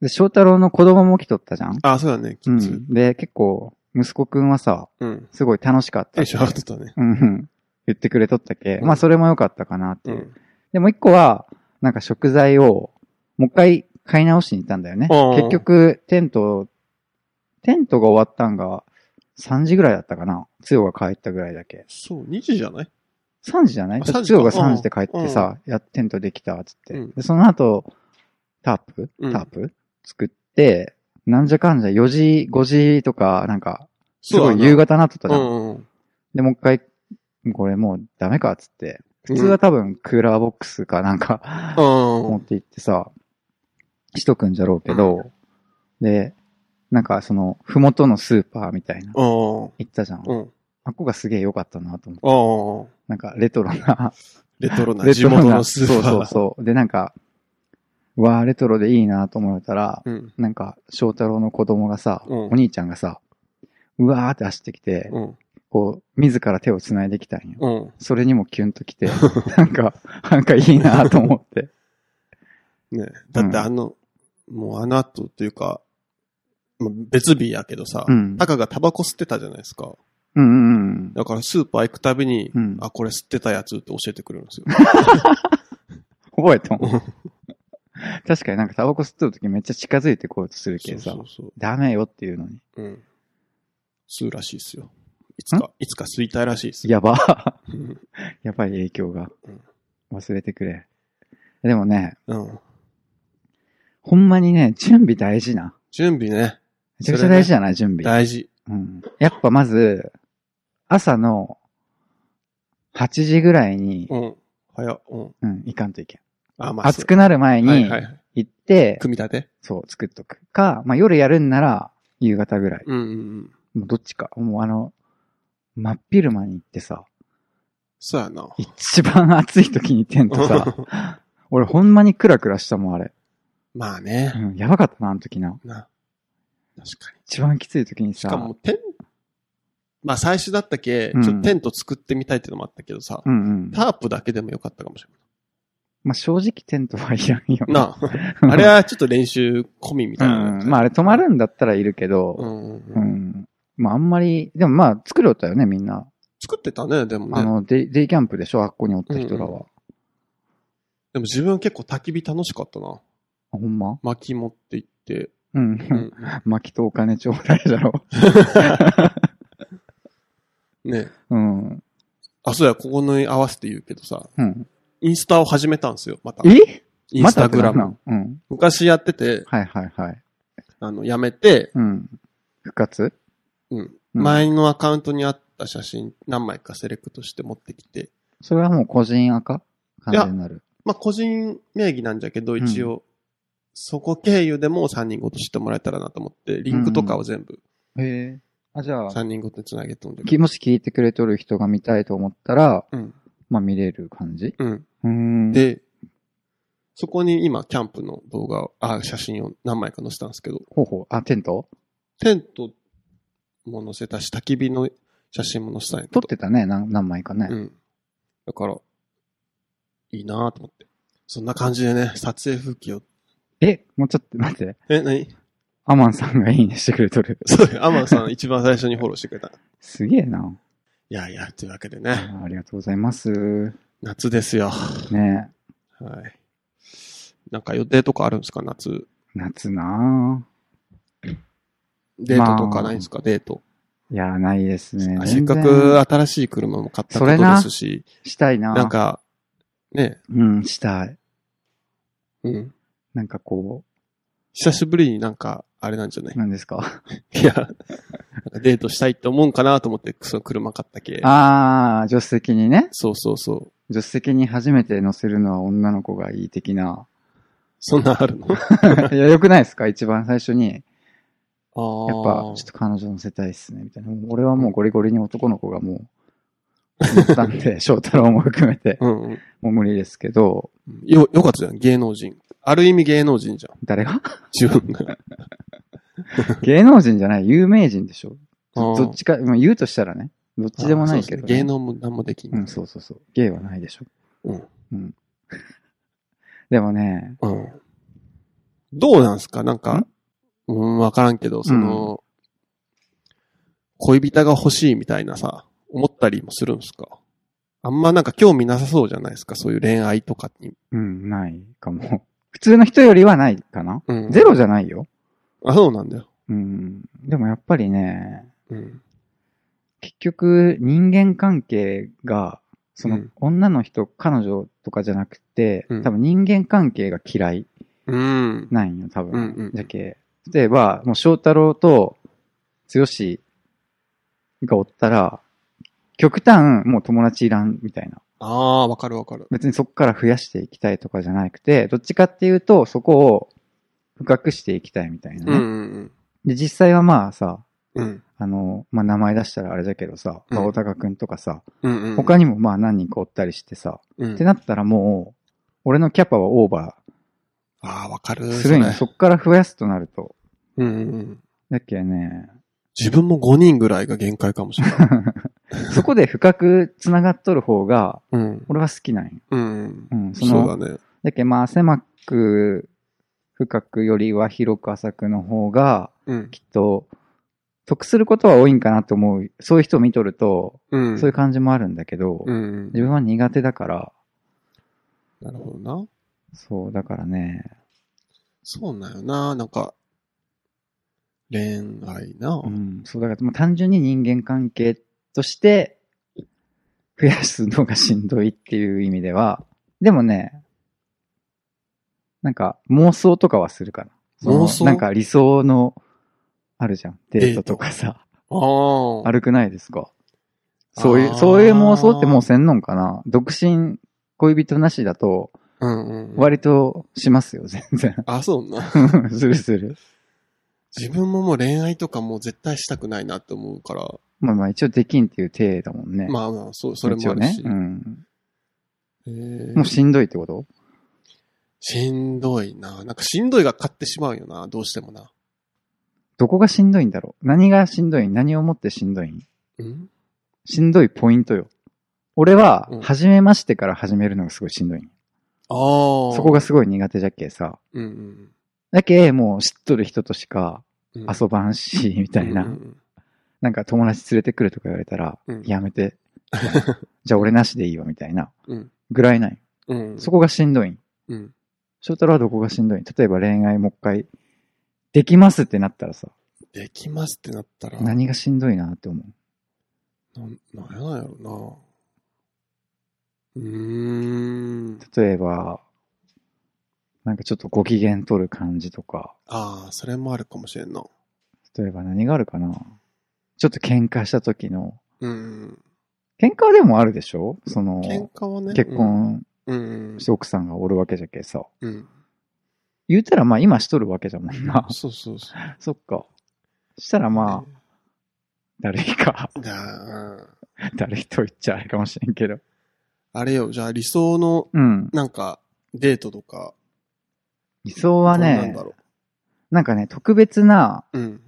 [SPEAKER 3] で翔太郎の子供も来とったじゃん。
[SPEAKER 2] あ、そうだね、キ
[SPEAKER 3] う
[SPEAKER 2] ッズ。
[SPEAKER 3] ん。で、結構、息子くんはさ、
[SPEAKER 2] うん。
[SPEAKER 3] すごい楽しかった
[SPEAKER 2] テ
[SPEAKER 3] っ
[SPEAKER 2] ン
[SPEAKER 3] て。
[SPEAKER 2] ション上がってたね。
[SPEAKER 3] うんうん。言ってくれとったけ。
[SPEAKER 2] うん
[SPEAKER 3] まあ、それも良かったかなって
[SPEAKER 2] う
[SPEAKER 3] いう。
[SPEAKER 2] ん。
[SPEAKER 3] でもう一個は、なんか食材を、もう一回買い直しに行ったんだよね。
[SPEAKER 2] ああ
[SPEAKER 3] 結局、テント、テントが終わったんが、3時ぐらいだったかな。つよが帰ったぐらいだけ。
[SPEAKER 2] そう、2時じゃない
[SPEAKER 3] 3時じゃない
[SPEAKER 2] あ3時か
[SPEAKER 3] つよが3時で帰ってさ、や、テントできた、つって。
[SPEAKER 2] うん
[SPEAKER 3] で、その後、タープタ
[SPEAKER 2] うん
[SPEAKER 3] ープ、作って、なんじゃかんじゃ4時、5時とか、なんか、すごい夕
[SPEAKER 2] 方
[SPEAKER 3] 方なっとったじゃん。
[SPEAKER 2] うんうん。
[SPEAKER 3] で、もう一回、これもうダメかっつって。普通は多分クーラーボックスかなんか、
[SPEAKER 2] う
[SPEAKER 3] 持っ
[SPEAKER 2] ん。
[SPEAKER 3] て行ってさ、しとくんじゃろうけど、で、なんかその、ふもとのスーパーみたいな、
[SPEAKER 2] うん。
[SPEAKER 3] 行ったじゃん。
[SPEAKER 2] うん。
[SPEAKER 3] あっこがすげえ良かったなと思って。
[SPEAKER 2] うん。
[SPEAKER 3] なんかレトロな、
[SPEAKER 2] レトロな
[SPEAKER 3] レ
[SPEAKER 2] 地
[SPEAKER 3] トロ
[SPEAKER 2] 元
[SPEAKER 3] な、
[SPEAKER 2] のス
[SPEAKER 3] そう
[SPEAKER 2] ーパー。
[SPEAKER 3] そうそう。で、なんか、わあレトロでいいなと思ったら、
[SPEAKER 2] うん。
[SPEAKER 3] なんか、翔太郎の子供がさ、
[SPEAKER 2] うん
[SPEAKER 3] お兄ちゃんがさ、うわーって走ってきて、
[SPEAKER 2] うん。
[SPEAKER 3] こう、自ら手を繋いできたんよ。
[SPEAKER 2] うん。
[SPEAKER 3] それにもキュンとき て、なんか、なんかいいなと思って。
[SPEAKER 2] ねだってあの、もうあの後というか、まあ別日やけどさ
[SPEAKER 3] う、ん。
[SPEAKER 2] タカがタバコ吸ってたじゃないですか。
[SPEAKER 3] うんうんうん。
[SPEAKER 2] だからスーパー行くたびに
[SPEAKER 3] う、ん
[SPEAKER 2] あ、これ吸ってたやつって教えてくれるんですよ。
[SPEAKER 3] 覚えた
[SPEAKER 2] う
[SPEAKER 3] もん。
[SPEAKER 2] ん
[SPEAKER 3] 確かになんかタバコ吸ってる時めっちゃ近づいてこようとするけどさ
[SPEAKER 2] そ、うそう
[SPEAKER 3] ダメよっていうのに。
[SPEAKER 2] そう。うん。吸うらしいですよ。いつか、いつか吸いたいらしいですよ。
[SPEAKER 3] やば。
[SPEAKER 2] うん
[SPEAKER 3] やばい影響が
[SPEAKER 2] うん。
[SPEAKER 3] 忘れてくれ。でもね、
[SPEAKER 2] うん。
[SPEAKER 3] ほんまにね、準備大事な。
[SPEAKER 2] 準備ね。
[SPEAKER 3] めちゃくちゃ大事じゃない準備。
[SPEAKER 2] 大事。
[SPEAKER 3] うん。やっぱまず、朝の8時ぐらいに、
[SPEAKER 2] うん。早っ。うん。
[SPEAKER 3] うん、行かんといけん。
[SPEAKER 2] あ、まあ、
[SPEAKER 3] 暑くなる前
[SPEAKER 2] はい
[SPEAKER 3] に
[SPEAKER 2] はいはい。
[SPEAKER 3] 行って、
[SPEAKER 2] 組み立て
[SPEAKER 3] そう、作っとく。か、まあ夜やるんなら、夕方ぐらい。
[SPEAKER 2] うんうんうん。
[SPEAKER 3] もうどっちか。もうあの、真っ昼間に行ってさ、
[SPEAKER 2] そうやな。
[SPEAKER 3] 一番暑い時にテントさ、 俺ほんまにクラクラしたもん、あれ。
[SPEAKER 2] まあ
[SPEAKER 3] う
[SPEAKER 2] ね。
[SPEAKER 3] ん、やばかったな、あの時な。
[SPEAKER 2] な。確かに。
[SPEAKER 3] 一番きつい時に
[SPEAKER 2] し
[SPEAKER 3] さ、
[SPEAKER 2] かも、テン、まあ最初だったけ、ち
[SPEAKER 3] う
[SPEAKER 2] ょ
[SPEAKER 3] ん
[SPEAKER 2] っとテント作ってみたいってのもあったけどさ
[SPEAKER 3] う、んうん。
[SPEAKER 2] タープだけでもよかったかもしれ
[SPEAKER 3] まあ正直テントはいらんよ。
[SPEAKER 2] ない。なあ。あれはちょっと練習込みみ
[SPEAKER 3] う
[SPEAKER 2] たいな。
[SPEAKER 3] ん、うん。まああれ泊まるんだったらいるけ
[SPEAKER 2] う
[SPEAKER 3] ど、
[SPEAKER 2] んうん
[SPEAKER 3] う。
[SPEAKER 2] うんん。
[SPEAKER 3] まああんまり、でもまあ作ろうとよね、みんな。
[SPEAKER 2] 作ってたね、でも
[SPEAKER 3] あ
[SPEAKER 2] ね。
[SPEAKER 3] のデイ、デイキャンプでしょ、あっこにおった人らは。
[SPEAKER 2] でも自分結構焚き火楽しかったな。
[SPEAKER 3] あほんま
[SPEAKER 2] 薪持って行って。
[SPEAKER 3] うん。
[SPEAKER 2] う
[SPEAKER 3] うん、
[SPEAKER 2] ん。
[SPEAKER 3] 巻きとお金ちょうだいだろ。
[SPEAKER 2] ね。
[SPEAKER 3] うん。
[SPEAKER 2] あ、そうや、ここに合わせて言うけどさ、
[SPEAKER 3] うん。
[SPEAKER 2] インスタを始めたんですよ、また。
[SPEAKER 3] え
[SPEAKER 2] インスタグラム。
[SPEAKER 3] またなんうん。
[SPEAKER 2] 昔やってて、
[SPEAKER 3] はいはいはい。
[SPEAKER 2] あの、やめて、
[SPEAKER 3] うん。復活
[SPEAKER 2] うん。
[SPEAKER 3] うん
[SPEAKER 2] 前のアカウントにあった写真何枚かセレクトして持ってきて、
[SPEAKER 3] それはもう個人赤完全なる。
[SPEAKER 2] まあ、個人名義なんじゃけど、一応、そこ経由でもう3人ごと知ってもらえたらなと思って、リンクとかを全部
[SPEAKER 3] へえ。あ、じゃあ
[SPEAKER 2] 3、人ごとに繋げとんじゃけ
[SPEAKER 3] きもし聞いてくれとる人が見たいと思ったら、
[SPEAKER 2] ど。うん。
[SPEAKER 3] まあ見れる感じ
[SPEAKER 2] うん。
[SPEAKER 3] うーん。、
[SPEAKER 2] で、そこに今、キャンプの動画を、あ、写真を何枚か載せたんですけど、
[SPEAKER 3] ほうほう。あ、テント
[SPEAKER 2] テントも載せたし、焚き火の写真も載せたんやけ
[SPEAKER 3] 撮
[SPEAKER 2] ど
[SPEAKER 3] っ。てたね、何何枚かね。
[SPEAKER 2] うん。だから、いいなぁと思って。そんな感じでね、撮影風景を。
[SPEAKER 3] え、もうちょっと待って。
[SPEAKER 2] え、何
[SPEAKER 3] アマンさんがいいねしてくれとる。
[SPEAKER 2] そうアマンさん一番最初にフォローしてくれた。い
[SPEAKER 3] すげえな。
[SPEAKER 2] やいや、というわけでね、
[SPEAKER 3] ありがとうございます。
[SPEAKER 2] 夏ですよ。
[SPEAKER 3] ねえ
[SPEAKER 2] はい。なんか予定とかあるんですか夏。
[SPEAKER 3] 夏なあ
[SPEAKER 2] デートとかないんですか、デート。
[SPEAKER 3] いや、ないですね。
[SPEAKER 2] あせっ
[SPEAKER 3] 全然
[SPEAKER 2] かく新しい車も買った
[SPEAKER 3] そ
[SPEAKER 2] こ
[SPEAKER 3] れ
[SPEAKER 2] と
[SPEAKER 3] な
[SPEAKER 2] ですし、
[SPEAKER 3] したいな
[SPEAKER 2] なんか、ね
[SPEAKER 3] うん、したい。
[SPEAKER 2] うん。
[SPEAKER 3] なんかこ、
[SPEAKER 2] 久しぶりになんか、あれなんじゃないう
[SPEAKER 3] なんですか
[SPEAKER 2] いや、なんかデートしたいって思うんかなと思って、その車買ったけ。
[SPEAKER 3] ああ、助手席にね。
[SPEAKER 2] そうそうそう。
[SPEAKER 3] 助手席に初めて乗せるのは女の子がいい的な。
[SPEAKER 2] そんなんあるのあ
[SPEAKER 3] いや、よくないですか一番最初に。やっぱ、ちょ
[SPEAKER 2] あ
[SPEAKER 3] っ。と彼女乗せたいっすね、みたいな。もう俺はもうゴリゴリに男の子がもう、乗ったんで、翔太郎も含めて、
[SPEAKER 2] うん、うん。
[SPEAKER 3] もう無理ですけど、
[SPEAKER 2] よ、よかったじゃん、芸能人。ある意味芸能人じゃん、
[SPEAKER 3] 誰が
[SPEAKER 2] 自分が。
[SPEAKER 3] 芸能人じゃない、有名人でしょ。
[SPEAKER 2] あー
[SPEAKER 3] どっちか、まあ、言うとしたらね、どっちでもないけど、
[SPEAKER 2] あそうですね芸。能も何もでき
[SPEAKER 3] う
[SPEAKER 2] ない
[SPEAKER 3] ん、。そうそうそう。芸はないでしょ。
[SPEAKER 2] うん。
[SPEAKER 3] でもね、
[SPEAKER 2] うん。どうなんすかなんか
[SPEAKER 3] ん、
[SPEAKER 2] うん、わからんけど、その、恋人が欲しいみたいなさ、思ったりもするんすかあんまなんか興味なさそうじゃないですかそういう恋愛とかに。
[SPEAKER 3] うん、ないかも。 普通の人よりはないかな、
[SPEAKER 2] うん。
[SPEAKER 3] ゼロじゃないよ。
[SPEAKER 2] あ、そうなんだよ。
[SPEAKER 3] うん。でもやっぱりね、
[SPEAKER 2] うん。
[SPEAKER 3] 結局人間関係が、その、
[SPEAKER 2] うん
[SPEAKER 3] 女の人、彼女とかじゃなくて、
[SPEAKER 2] うん
[SPEAKER 3] 多分人間関係が嫌い
[SPEAKER 2] うん。
[SPEAKER 3] なんよ、多分。
[SPEAKER 2] うんうん
[SPEAKER 3] じゃけ、例えば、もう翔太郎と剛がおったら、極端、もう友達いらんみたいな。
[SPEAKER 2] ああ、わかるわかる。
[SPEAKER 3] 別にそこから増やしていきたいとかじゃなくて、どっちかっていうと、そこを深くしていきたいみたいな
[SPEAKER 2] う
[SPEAKER 3] ね。
[SPEAKER 2] んうん
[SPEAKER 3] で、実際はまあさ、
[SPEAKER 2] うん。うん。
[SPEAKER 3] あの、まあ、名前出したらあれだけどさ、
[SPEAKER 2] うん
[SPEAKER 3] まあ大高くんとかさ、
[SPEAKER 2] うんうん。
[SPEAKER 3] 他にもまあ何人かおったりしてさ、
[SPEAKER 2] うん
[SPEAKER 3] ってなったらもう、俺のキャパはオーバ
[SPEAKER 2] ああ、わかる。
[SPEAKER 3] ーするんよ。そ
[SPEAKER 2] そ
[SPEAKER 3] っから増やすとなると。
[SPEAKER 2] れうんうんうん。
[SPEAKER 3] だっけね、
[SPEAKER 2] 自分も5人ぐらいが限界かもしれない。
[SPEAKER 3] そこで深く繋がっとる方が、
[SPEAKER 2] うん。
[SPEAKER 3] 俺は好きなんよ。
[SPEAKER 2] うん。
[SPEAKER 3] うん、そ
[SPEAKER 2] そう
[SPEAKER 3] の、
[SPEAKER 2] だね。
[SPEAKER 3] だっけまあ狭く、深くよりは広く浅くの方が、
[SPEAKER 2] うん。
[SPEAKER 3] きっと、得することは多いんかなと思う。そういう人を見とると、
[SPEAKER 2] うん。
[SPEAKER 3] そういう感じもあるんだけど、
[SPEAKER 2] うん。
[SPEAKER 3] 自分は苦手だから、
[SPEAKER 2] なるほどな。
[SPEAKER 3] そう、だからね、
[SPEAKER 2] そうなんよな。なんか、恋愛な。
[SPEAKER 3] うん、そう、だから、まあ、単純に人間関係として、増やすのがしんどいっていう意味では、でもね、なんか妄想とかはするかな。その
[SPEAKER 2] 妄想
[SPEAKER 3] なんか理想の、あるじゃん。デートとかさ、
[SPEAKER 2] ああ。
[SPEAKER 3] 悪くないですかそうい
[SPEAKER 2] あ
[SPEAKER 3] う、
[SPEAKER 2] ー
[SPEAKER 3] そういう妄想ってもうせんのんかな独身、恋人なしだと、
[SPEAKER 2] うんうん。
[SPEAKER 3] 割としますよ、全然。
[SPEAKER 2] あ、そうな。
[SPEAKER 3] するする。
[SPEAKER 2] 自分ももう恋愛とかもう絶対したくないなって思うから。
[SPEAKER 3] まあまあ一応できんっていう体だもんね。
[SPEAKER 2] まあまあ、そう、それもあるし
[SPEAKER 3] 一応ね。う。ん。
[SPEAKER 2] えー
[SPEAKER 3] もうしんどいってこと
[SPEAKER 2] しんどいな。なんかしんどいが勝ってしまうよな。どうしてもな。
[SPEAKER 3] どこがしんどいんだろう何がしんどい何をもってしんどいん
[SPEAKER 2] うん
[SPEAKER 3] しんどいポイントよ。俺は
[SPEAKER 2] うん、
[SPEAKER 3] 初めましてから始めるのがすごいしんどいん。
[SPEAKER 2] ああ。
[SPEAKER 3] そこがすごい苦手じゃっけさ。
[SPEAKER 2] うんうん
[SPEAKER 3] だけ、もう知っとる人としか
[SPEAKER 2] うん。
[SPEAKER 3] 遊ばんし、 みたいな。
[SPEAKER 2] うんうん
[SPEAKER 3] なんか友達連れてくるとか言われたら、
[SPEAKER 2] うん
[SPEAKER 3] やめ て。じゃあ俺なしでいいわ、みたいな。
[SPEAKER 2] うん
[SPEAKER 3] ぐらいない。
[SPEAKER 2] うん。うん
[SPEAKER 3] そこがしんどいん。
[SPEAKER 2] うん。
[SPEAKER 3] 翔太郎はどこがしんどいん例えば恋愛もう一回、できますってなったらさ、
[SPEAKER 2] できますってなったら。
[SPEAKER 3] 何がしんどいなって思う。
[SPEAKER 2] なん、なんやなんやろな。うーん。
[SPEAKER 3] 例えば、なんかちょっとご機嫌取る感じとか、
[SPEAKER 2] ああ、それもあるかもしれんな。
[SPEAKER 3] 例えば何があるかなちょっと喧嘩した時の、
[SPEAKER 2] うん。
[SPEAKER 3] 喧嘩はでもあるでしょその、
[SPEAKER 2] 喧嘩はね。
[SPEAKER 3] 結婚
[SPEAKER 2] うん。うん。
[SPEAKER 3] して奥さんがおるわけじゃけさ。
[SPEAKER 2] うん。うん。
[SPEAKER 3] 言うたらまあ今しとるわけじゃもんな
[SPEAKER 2] そうそうそう。
[SPEAKER 3] そっか。したらまあ、だるいか。
[SPEAKER 2] あ。じゃあ、
[SPEAKER 3] だるいと言っちゃあれかもしれんけど。
[SPEAKER 2] あれよ、じゃあ理想の、
[SPEAKER 3] うん。
[SPEAKER 2] なんか、デートとか。
[SPEAKER 3] 理想は
[SPEAKER 2] どんなん
[SPEAKER 3] ね
[SPEAKER 2] だ、ろ
[SPEAKER 3] なんかね、特別な
[SPEAKER 2] う。うん。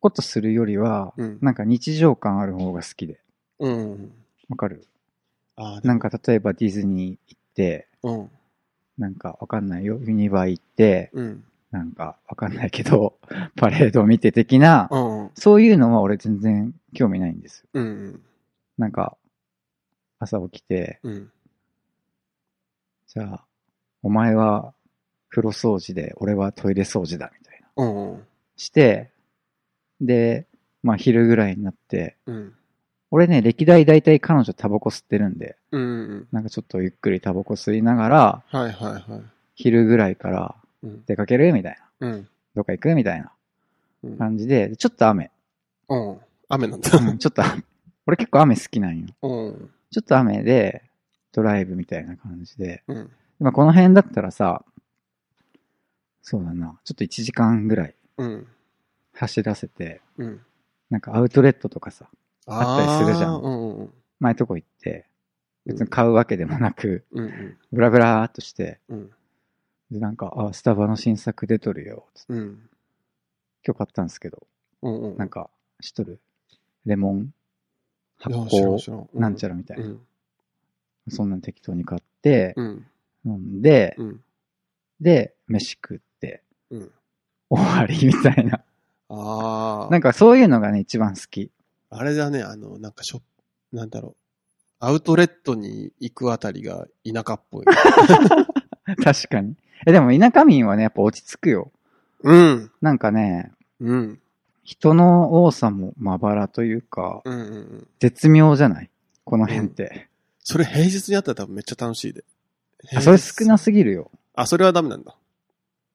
[SPEAKER 3] ことするよりは、
[SPEAKER 2] うん。
[SPEAKER 3] なんか日常感ある方が好きで。
[SPEAKER 2] うん。
[SPEAKER 3] わかる
[SPEAKER 2] ああ、で
[SPEAKER 3] なんか例えばディズニー行って、
[SPEAKER 2] うん。
[SPEAKER 3] なんかわかんないよ、ユニバ行って、
[SPEAKER 2] うん。
[SPEAKER 3] なんかわかんないけど、 パレードを見て的な、
[SPEAKER 2] うん。
[SPEAKER 3] そういうのは俺全然興味ないんですよ。
[SPEAKER 2] うん。
[SPEAKER 3] なんか、朝起きて、
[SPEAKER 2] うん。
[SPEAKER 3] じゃあ、お前は風呂掃除で、俺はトイレ掃除だ、みたいな。
[SPEAKER 2] うん。
[SPEAKER 3] して、で、まあ昼ぐらいになって、
[SPEAKER 2] うん。
[SPEAKER 3] 俺ね、歴代大体彼女タバコ吸ってるんで、
[SPEAKER 2] うんうん。
[SPEAKER 3] なんかちょっとゆっくりタバコ吸いながら、
[SPEAKER 2] はいはいはい。
[SPEAKER 3] 昼ぐらいから
[SPEAKER 2] うん。
[SPEAKER 3] 出かけるみたいな。
[SPEAKER 2] うん。
[SPEAKER 3] どっか行くみたいな
[SPEAKER 2] うん。
[SPEAKER 3] 感じで、ちょっと雨。
[SPEAKER 2] うん、雨なんだ。
[SPEAKER 3] うんちょっと雨。俺結構雨好きなんよ。
[SPEAKER 2] うん。
[SPEAKER 3] ちょっと雨で、ドライブみたいな感じで。
[SPEAKER 2] うん。
[SPEAKER 3] まあこの辺だったらさ、そうだな。ちょっと1時間ぐらい
[SPEAKER 2] うん。
[SPEAKER 3] 走らせて、
[SPEAKER 2] うん。
[SPEAKER 3] なんかアウトレットとかさ、あったりするじゃん
[SPEAKER 2] あーうんうん。
[SPEAKER 3] 前とこ行って、別に買うわけでもなく、
[SPEAKER 2] うんうん。
[SPEAKER 3] ブラブラーっとして、
[SPEAKER 2] うん。
[SPEAKER 3] で、なんか、あ、スタバの新作出とるよ、つって
[SPEAKER 2] うん。
[SPEAKER 3] 今日買ったんですけど、
[SPEAKER 2] うんうん。
[SPEAKER 3] なんか、しとる。レモン、
[SPEAKER 2] い
[SPEAKER 3] 発
[SPEAKER 2] や知らん
[SPEAKER 3] 酵、
[SPEAKER 2] 知らん、
[SPEAKER 3] なんち
[SPEAKER 2] ゃ
[SPEAKER 3] ゃらみたいな。
[SPEAKER 2] うん。
[SPEAKER 3] そんなん適当に買って、
[SPEAKER 2] うん。
[SPEAKER 3] 飲んで
[SPEAKER 2] う、ん。
[SPEAKER 3] で、飯食って、
[SPEAKER 2] うん。
[SPEAKER 3] 終わりみたい な。
[SPEAKER 2] ああ。
[SPEAKER 3] なんかそういうのがね、一番好き。
[SPEAKER 2] あれだね、あの、なんかショップ、なんだろう。アウトレットに行くあたりが田舎っぽい。
[SPEAKER 3] 確かに。え、でも田舎民はね、やっぱ落ち着くよ。
[SPEAKER 2] うん。
[SPEAKER 3] なんかね、
[SPEAKER 2] うん。
[SPEAKER 3] 人の多さもまばらというか、
[SPEAKER 2] うんうんうん。
[SPEAKER 3] 絶妙じゃないこの辺って。
[SPEAKER 2] それ平日にあったら多分めっちゃ楽しいで。
[SPEAKER 3] あそれ少
[SPEAKER 2] い。
[SPEAKER 3] なすぎるよ。
[SPEAKER 2] あ、それはダメなんだ。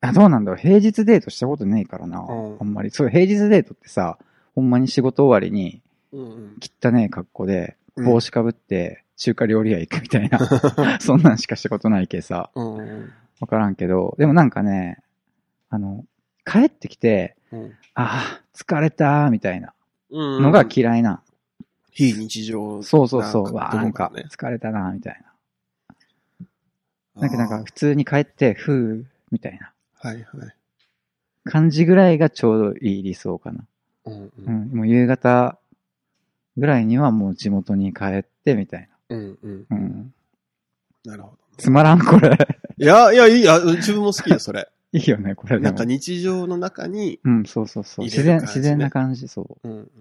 [SPEAKER 3] あ、どうなんだろう。平日デートしたことねえからな。
[SPEAKER 2] うん
[SPEAKER 3] あんまり。そう、平日デートってさ、ほんまに仕事終わりに、
[SPEAKER 2] うん
[SPEAKER 3] 汚ねえ格好で、
[SPEAKER 2] うん。
[SPEAKER 3] 帽子かぶって、中華料理屋行くみたいな。 そんなんしかしたことないけさ。
[SPEAKER 2] うん。うん
[SPEAKER 3] わからんけど、でもなんかね、あの、帰ってきて、
[SPEAKER 2] うん。
[SPEAKER 3] ああ、疲れたー、みたいな
[SPEAKER 2] うん。
[SPEAKER 3] のが嫌いな。
[SPEAKER 2] 非日常。
[SPEAKER 3] そうそうそう。
[SPEAKER 2] なん
[SPEAKER 3] わ
[SPEAKER 2] か
[SPEAKER 3] あ、なんか
[SPEAKER 2] どうかね、
[SPEAKER 3] 疲れたなー、みたいな。なんか、なんか、普通に帰って、ふうみたいな
[SPEAKER 2] あー。はいはい。
[SPEAKER 3] 感じぐらいがちょうどいい理想かな。
[SPEAKER 2] うんう。
[SPEAKER 3] うんん、もう夕方ぐらいにはもう地元に帰って、みたい
[SPEAKER 2] うんうん。
[SPEAKER 3] な。うん。
[SPEAKER 2] なるほど。
[SPEAKER 3] つまらん、これ。
[SPEAKER 2] いや、いや、いいや、自分も好きよ、それ。
[SPEAKER 3] いいよね、これで
[SPEAKER 2] な
[SPEAKER 3] も
[SPEAKER 2] んか日常の中に、
[SPEAKER 3] うん、そうそうそう。
[SPEAKER 2] 入
[SPEAKER 3] 自
[SPEAKER 2] れ
[SPEAKER 3] 然、
[SPEAKER 2] る感じね
[SPEAKER 3] 自然な感じ、そう。
[SPEAKER 2] うん、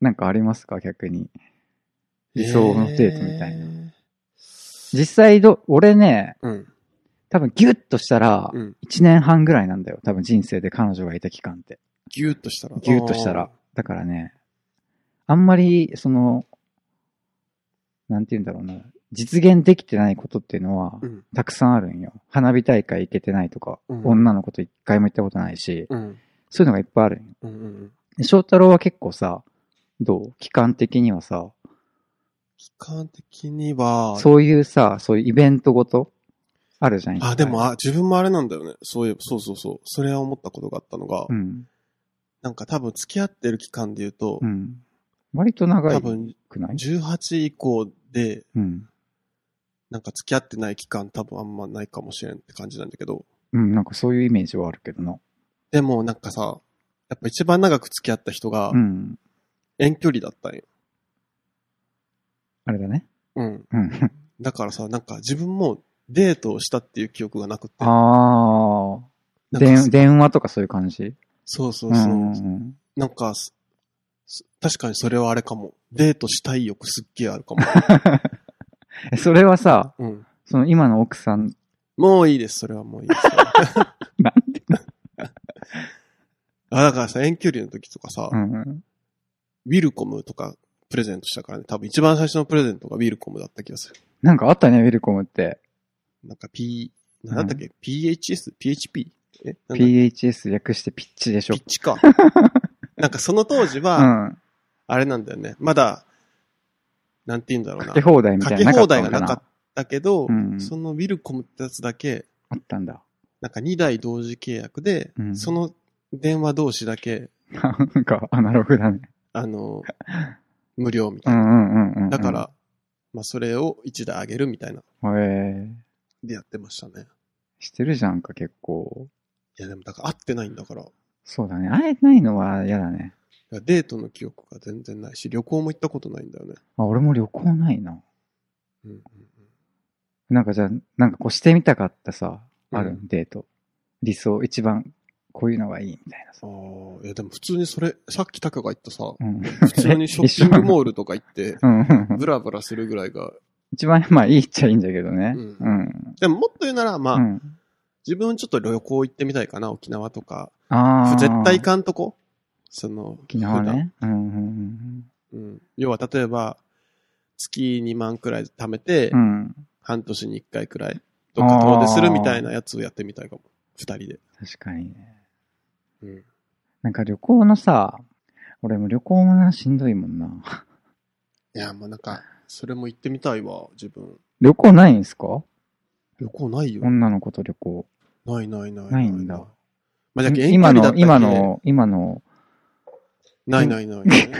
[SPEAKER 3] なんかありますか、逆に。理想のデートみたいな。
[SPEAKER 2] な。
[SPEAKER 3] 実際ど、俺ね、
[SPEAKER 2] うん。
[SPEAKER 3] 多分ギュッとしたら
[SPEAKER 2] う、ん。
[SPEAKER 3] 1年半ぐらいなんだよ。多分人生で彼女がいた期間って。
[SPEAKER 2] ぎゅーっとしたら。
[SPEAKER 3] ギュッとしたら。だからね、あんまり、その、なんて言うんだろうな。実現できてないことっていうのは
[SPEAKER 2] う、ん。
[SPEAKER 3] たくさんあるんよ。花火大会行けてないとか、
[SPEAKER 2] うん
[SPEAKER 3] 女の子と一回も行ったことないし、
[SPEAKER 2] うん。
[SPEAKER 3] そういうのがいっぱいあるんよ。
[SPEAKER 2] うん。うん。
[SPEAKER 3] で翔太郎は結構さ、どう期間的にはさ、
[SPEAKER 2] 期間的には、
[SPEAKER 3] そういうさ、そういうイベントごとあるじゃん。いっぱい
[SPEAKER 2] あ、でも、あ、自分もあれなんだよね。そういえば、そうそうそう。それは思ったことがあったのが、
[SPEAKER 3] うん。
[SPEAKER 2] なんか多分付き合ってる期間で言うと、
[SPEAKER 3] うん。割と長
[SPEAKER 2] 多
[SPEAKER 3] い
[SPEAKER 2] 分
[SPEAKER 3] くない
[SPEAKER 2] 18以降で、
[SPEAKER 3] うん。
[SPEAKER 2] なんか付き合ってない期間多分あんまないかもしれんって感じなんだけど、
[SPEAKER 3] うん、なんかそういうイメージはあるけどな。
[SPEAKER 2] でもなんかさ、やっぱ一番長く付き合った人が
[SPEAKER 3] うん。
[SPEAKER 2] 遠距離だったんよ。
[SPEAKER 3] あれだね。
[SPEAKER 2] うん。
[SPEAKER 3] うん。
[SPEAKER 2] だからさ、なんか自分もデートをしたっていう記憶がなくて。
[SPEAKER 3] ああ。
[SPEAKER 2] なんか
[SPEAKER 3] 電、電話とかそういう感じ
[SPEAKER 2] そうそう
[SPEAKER 3] う
[SPEAKER 2] そう。
[SPEAKER 3] んうんうん。
[SPEAKER 2] なんかす、す確かにそれはあれかも。デートしたい欲すっげえあるか も。
[SPEAKER 3] えそれはさ、
[SPEAKER 2] うん。
[SPEAKER 3] その今の奥さん、
[SPEAKER 2] もういいです、それはもういいです。
[SPEAKER 3] なんで
[SPEAKER 2] あ、だからさ、遠距離の時とかさ、
[SPEAKER 3] うんうん。
[SPEAKER 2] ウィルコムとかプレゼントしたからね、多分一番最初のプレゼントがウィルコムだった気がする。
[SPEAKER 3] なんかあったね、ウィルコムって。
[SPEAKER 2] なんか P、なんだったっけ、?PHS? PHP? えなんだ
[SPEAKER 3] PHS 略してピッチでしょ
[SPEAKER 2] ピッ。チか。 なんかその当時
[SPEAKER 3] う
[SPEAKER 2] は、
[SPEAKER 3] ん。
[SPEAKER 2] あれなんだよね。まだ、なんて言うんだろう
[SPEAKER 3] か
[SPEAKER 2] な。
[SPEAKER 3] け放題みた
[SPEAKER 2] か
[SPEAKER 3] い
[SPEAKER 2] け
[SPEAKER 3] な。
[SPEAKER 2] 放題がな
[SPEAKER 3] の
[SPEAKER 2] かったけど、
[SPEAKER 3] うん
[SPEAKER 2] そのウィルコムってやつだけ、
[SPEAKER 3] あったんだ。
[SPEAKER 2] なんか2台同時契約で、
[SPEAKER 3] うん
[SPEAKER 2] その電話同士だけ、
[SPEAKER 3] なんかアナログだね。
[SPEAKER 2] あの、無料みた
[SPEAKER 3] う
[SPEAKER 2] いな。
[SPEAKER 3] んうんうんうんうん。
[SPEAKER 2] だから、まあそれを1台あげるみたいな、
[SPEAKER 3] へえ。
[SPEAKER 2] でやってましたね。
[SPEAKER 3] してるじゃんか、結構。
[SPEAKER 2] いやでも、だから会ってないんだから、い
[SPEAKER 3] そうだね。会えないのは嫌だね。
[SPEAKER 2] やデートの記憶が全然ないし、旅行も行ったことないんだよね。
[SPEAKER 3] あ、俺も旅行ないな。
[SPEAKER 2] うんうん
[SPEAKER 3] なんかじゃあ、なんかこうしてみたかったさ、
[SPEAKER 2] うん
[SPEAKER 3] あるんデート。理想、一番、こういうのがいいみたいなさ。
[SPEAKER 2] うん、ああ、いやでも普通にそれ、さっきタカが言ったさ、
[SPEAKER 3] うん。
[SPEAKER 2] 普通にショッピングモールとか 行って、
[SPEAKER 3] うんうん
[SPEAKER 2] ブラブラするぐらいが、
[SPEAKER 3] 一番、まあいいっちゃいいんだけどね。
[SPEAKER 2] うん
[SPEAKER 3] うん。
[SPEAKER 2] でももっと言うなら、まあ、
[SPEAKER 3] うん。
[SPEAKER 2] 自分ちょっと旅行行ってみたいかな、沖縄とか。
[SPEAKER 3] ああ。
[SPEAKER 2] 絶対行かんとこその、
[SPEAKER 3] 沖縄ね。うんうんうん
[SPEAKER 2] うん。要は、例えば、月2万くらい貯めて、
[SPEAKER 3] うん。
[SPEAKER 2] 半年に1回くらい、どっか遠出するみたいなやつをやってみたいかも。二人で。
[SPEAKER 3] 確かにね。
[SPEAKER 2] うん。
[SPEAKER 3] なんか旅行のさ、俺も旅行もな、しんどいもんな。
[SPEAKER 2] いや、もうなんか、それも行ってみたいわ、自分。
[SPEAKER 3] 旅行ないんすか
[SPEAKER 2] 旅行ないよ。
[SPEAKER 3] 女の子と旅行。
[SPEAKER 2] ないないない
[SPEAKER 3] ないんだ
[SPEAKER 2] まあ、じゃあ、遠距
[SPEAKER 3] 今
[SPEAKER 2] 離だった
[SPEAKER 3] の、
[SPEAKER 2] ら、
[SPEAKER 3] 今。の、今の、
[SPEAKER 2] ないないない、ね。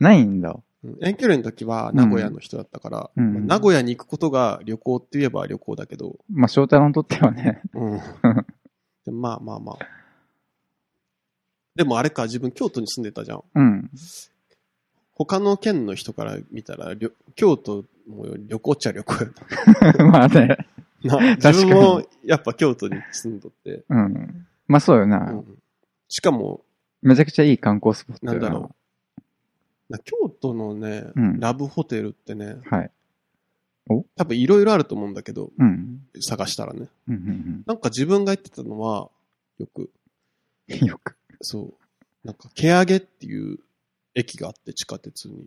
[SPEAKER 3] ないんだ。
[SPEAKER 2] うん遠距離の時は名古屋の人だったから、
[SPEAKER 3] うん
[SPEAKER 2] まあ名古屋に行くことが旅行って言えば旅行だけど、
[SPEAKER 3] まあ、翔太郎にとってはね。
[SPEAKER 2] うん。でまあまあまあ。でもあれか、自分京都に住んでたじゃん。
[SPEAKER 3] うん。
[SPEAKER 2] 他の県の人から見たら、りょ京都も旅行っちゃ旅行や
[SPEAKER 3] まあね。
[SPEAKER 2] な。な自分もやっぱ京都に住んどって。
[SPEAKER 3] うん。まあそうよな。
[SPEAKER 2] うんしかも、
[SPEAKER 3] めちゃくちゃいい観光スポットよ
[SPEAKER 2] なんだろな京都のね、
[SPEAKER 3] うん
[SPEAKER 2] ラブホテルってね、
[SPEAKER 3] はい。
[SPEAKER 2] 多分いろいろあると思うんだけど、
[SPEAKER 3] うん。
[SPEAKER 2] 探したらね。
[SPEAKER 3] うんうん
[SPEAKER 2] なんか自分が言ってたのは、よく、
[SPEAKER 3] うん。よく。
[SPEAKER 2] そう。なんか、毛上げっていう駅があって、地下鉄に。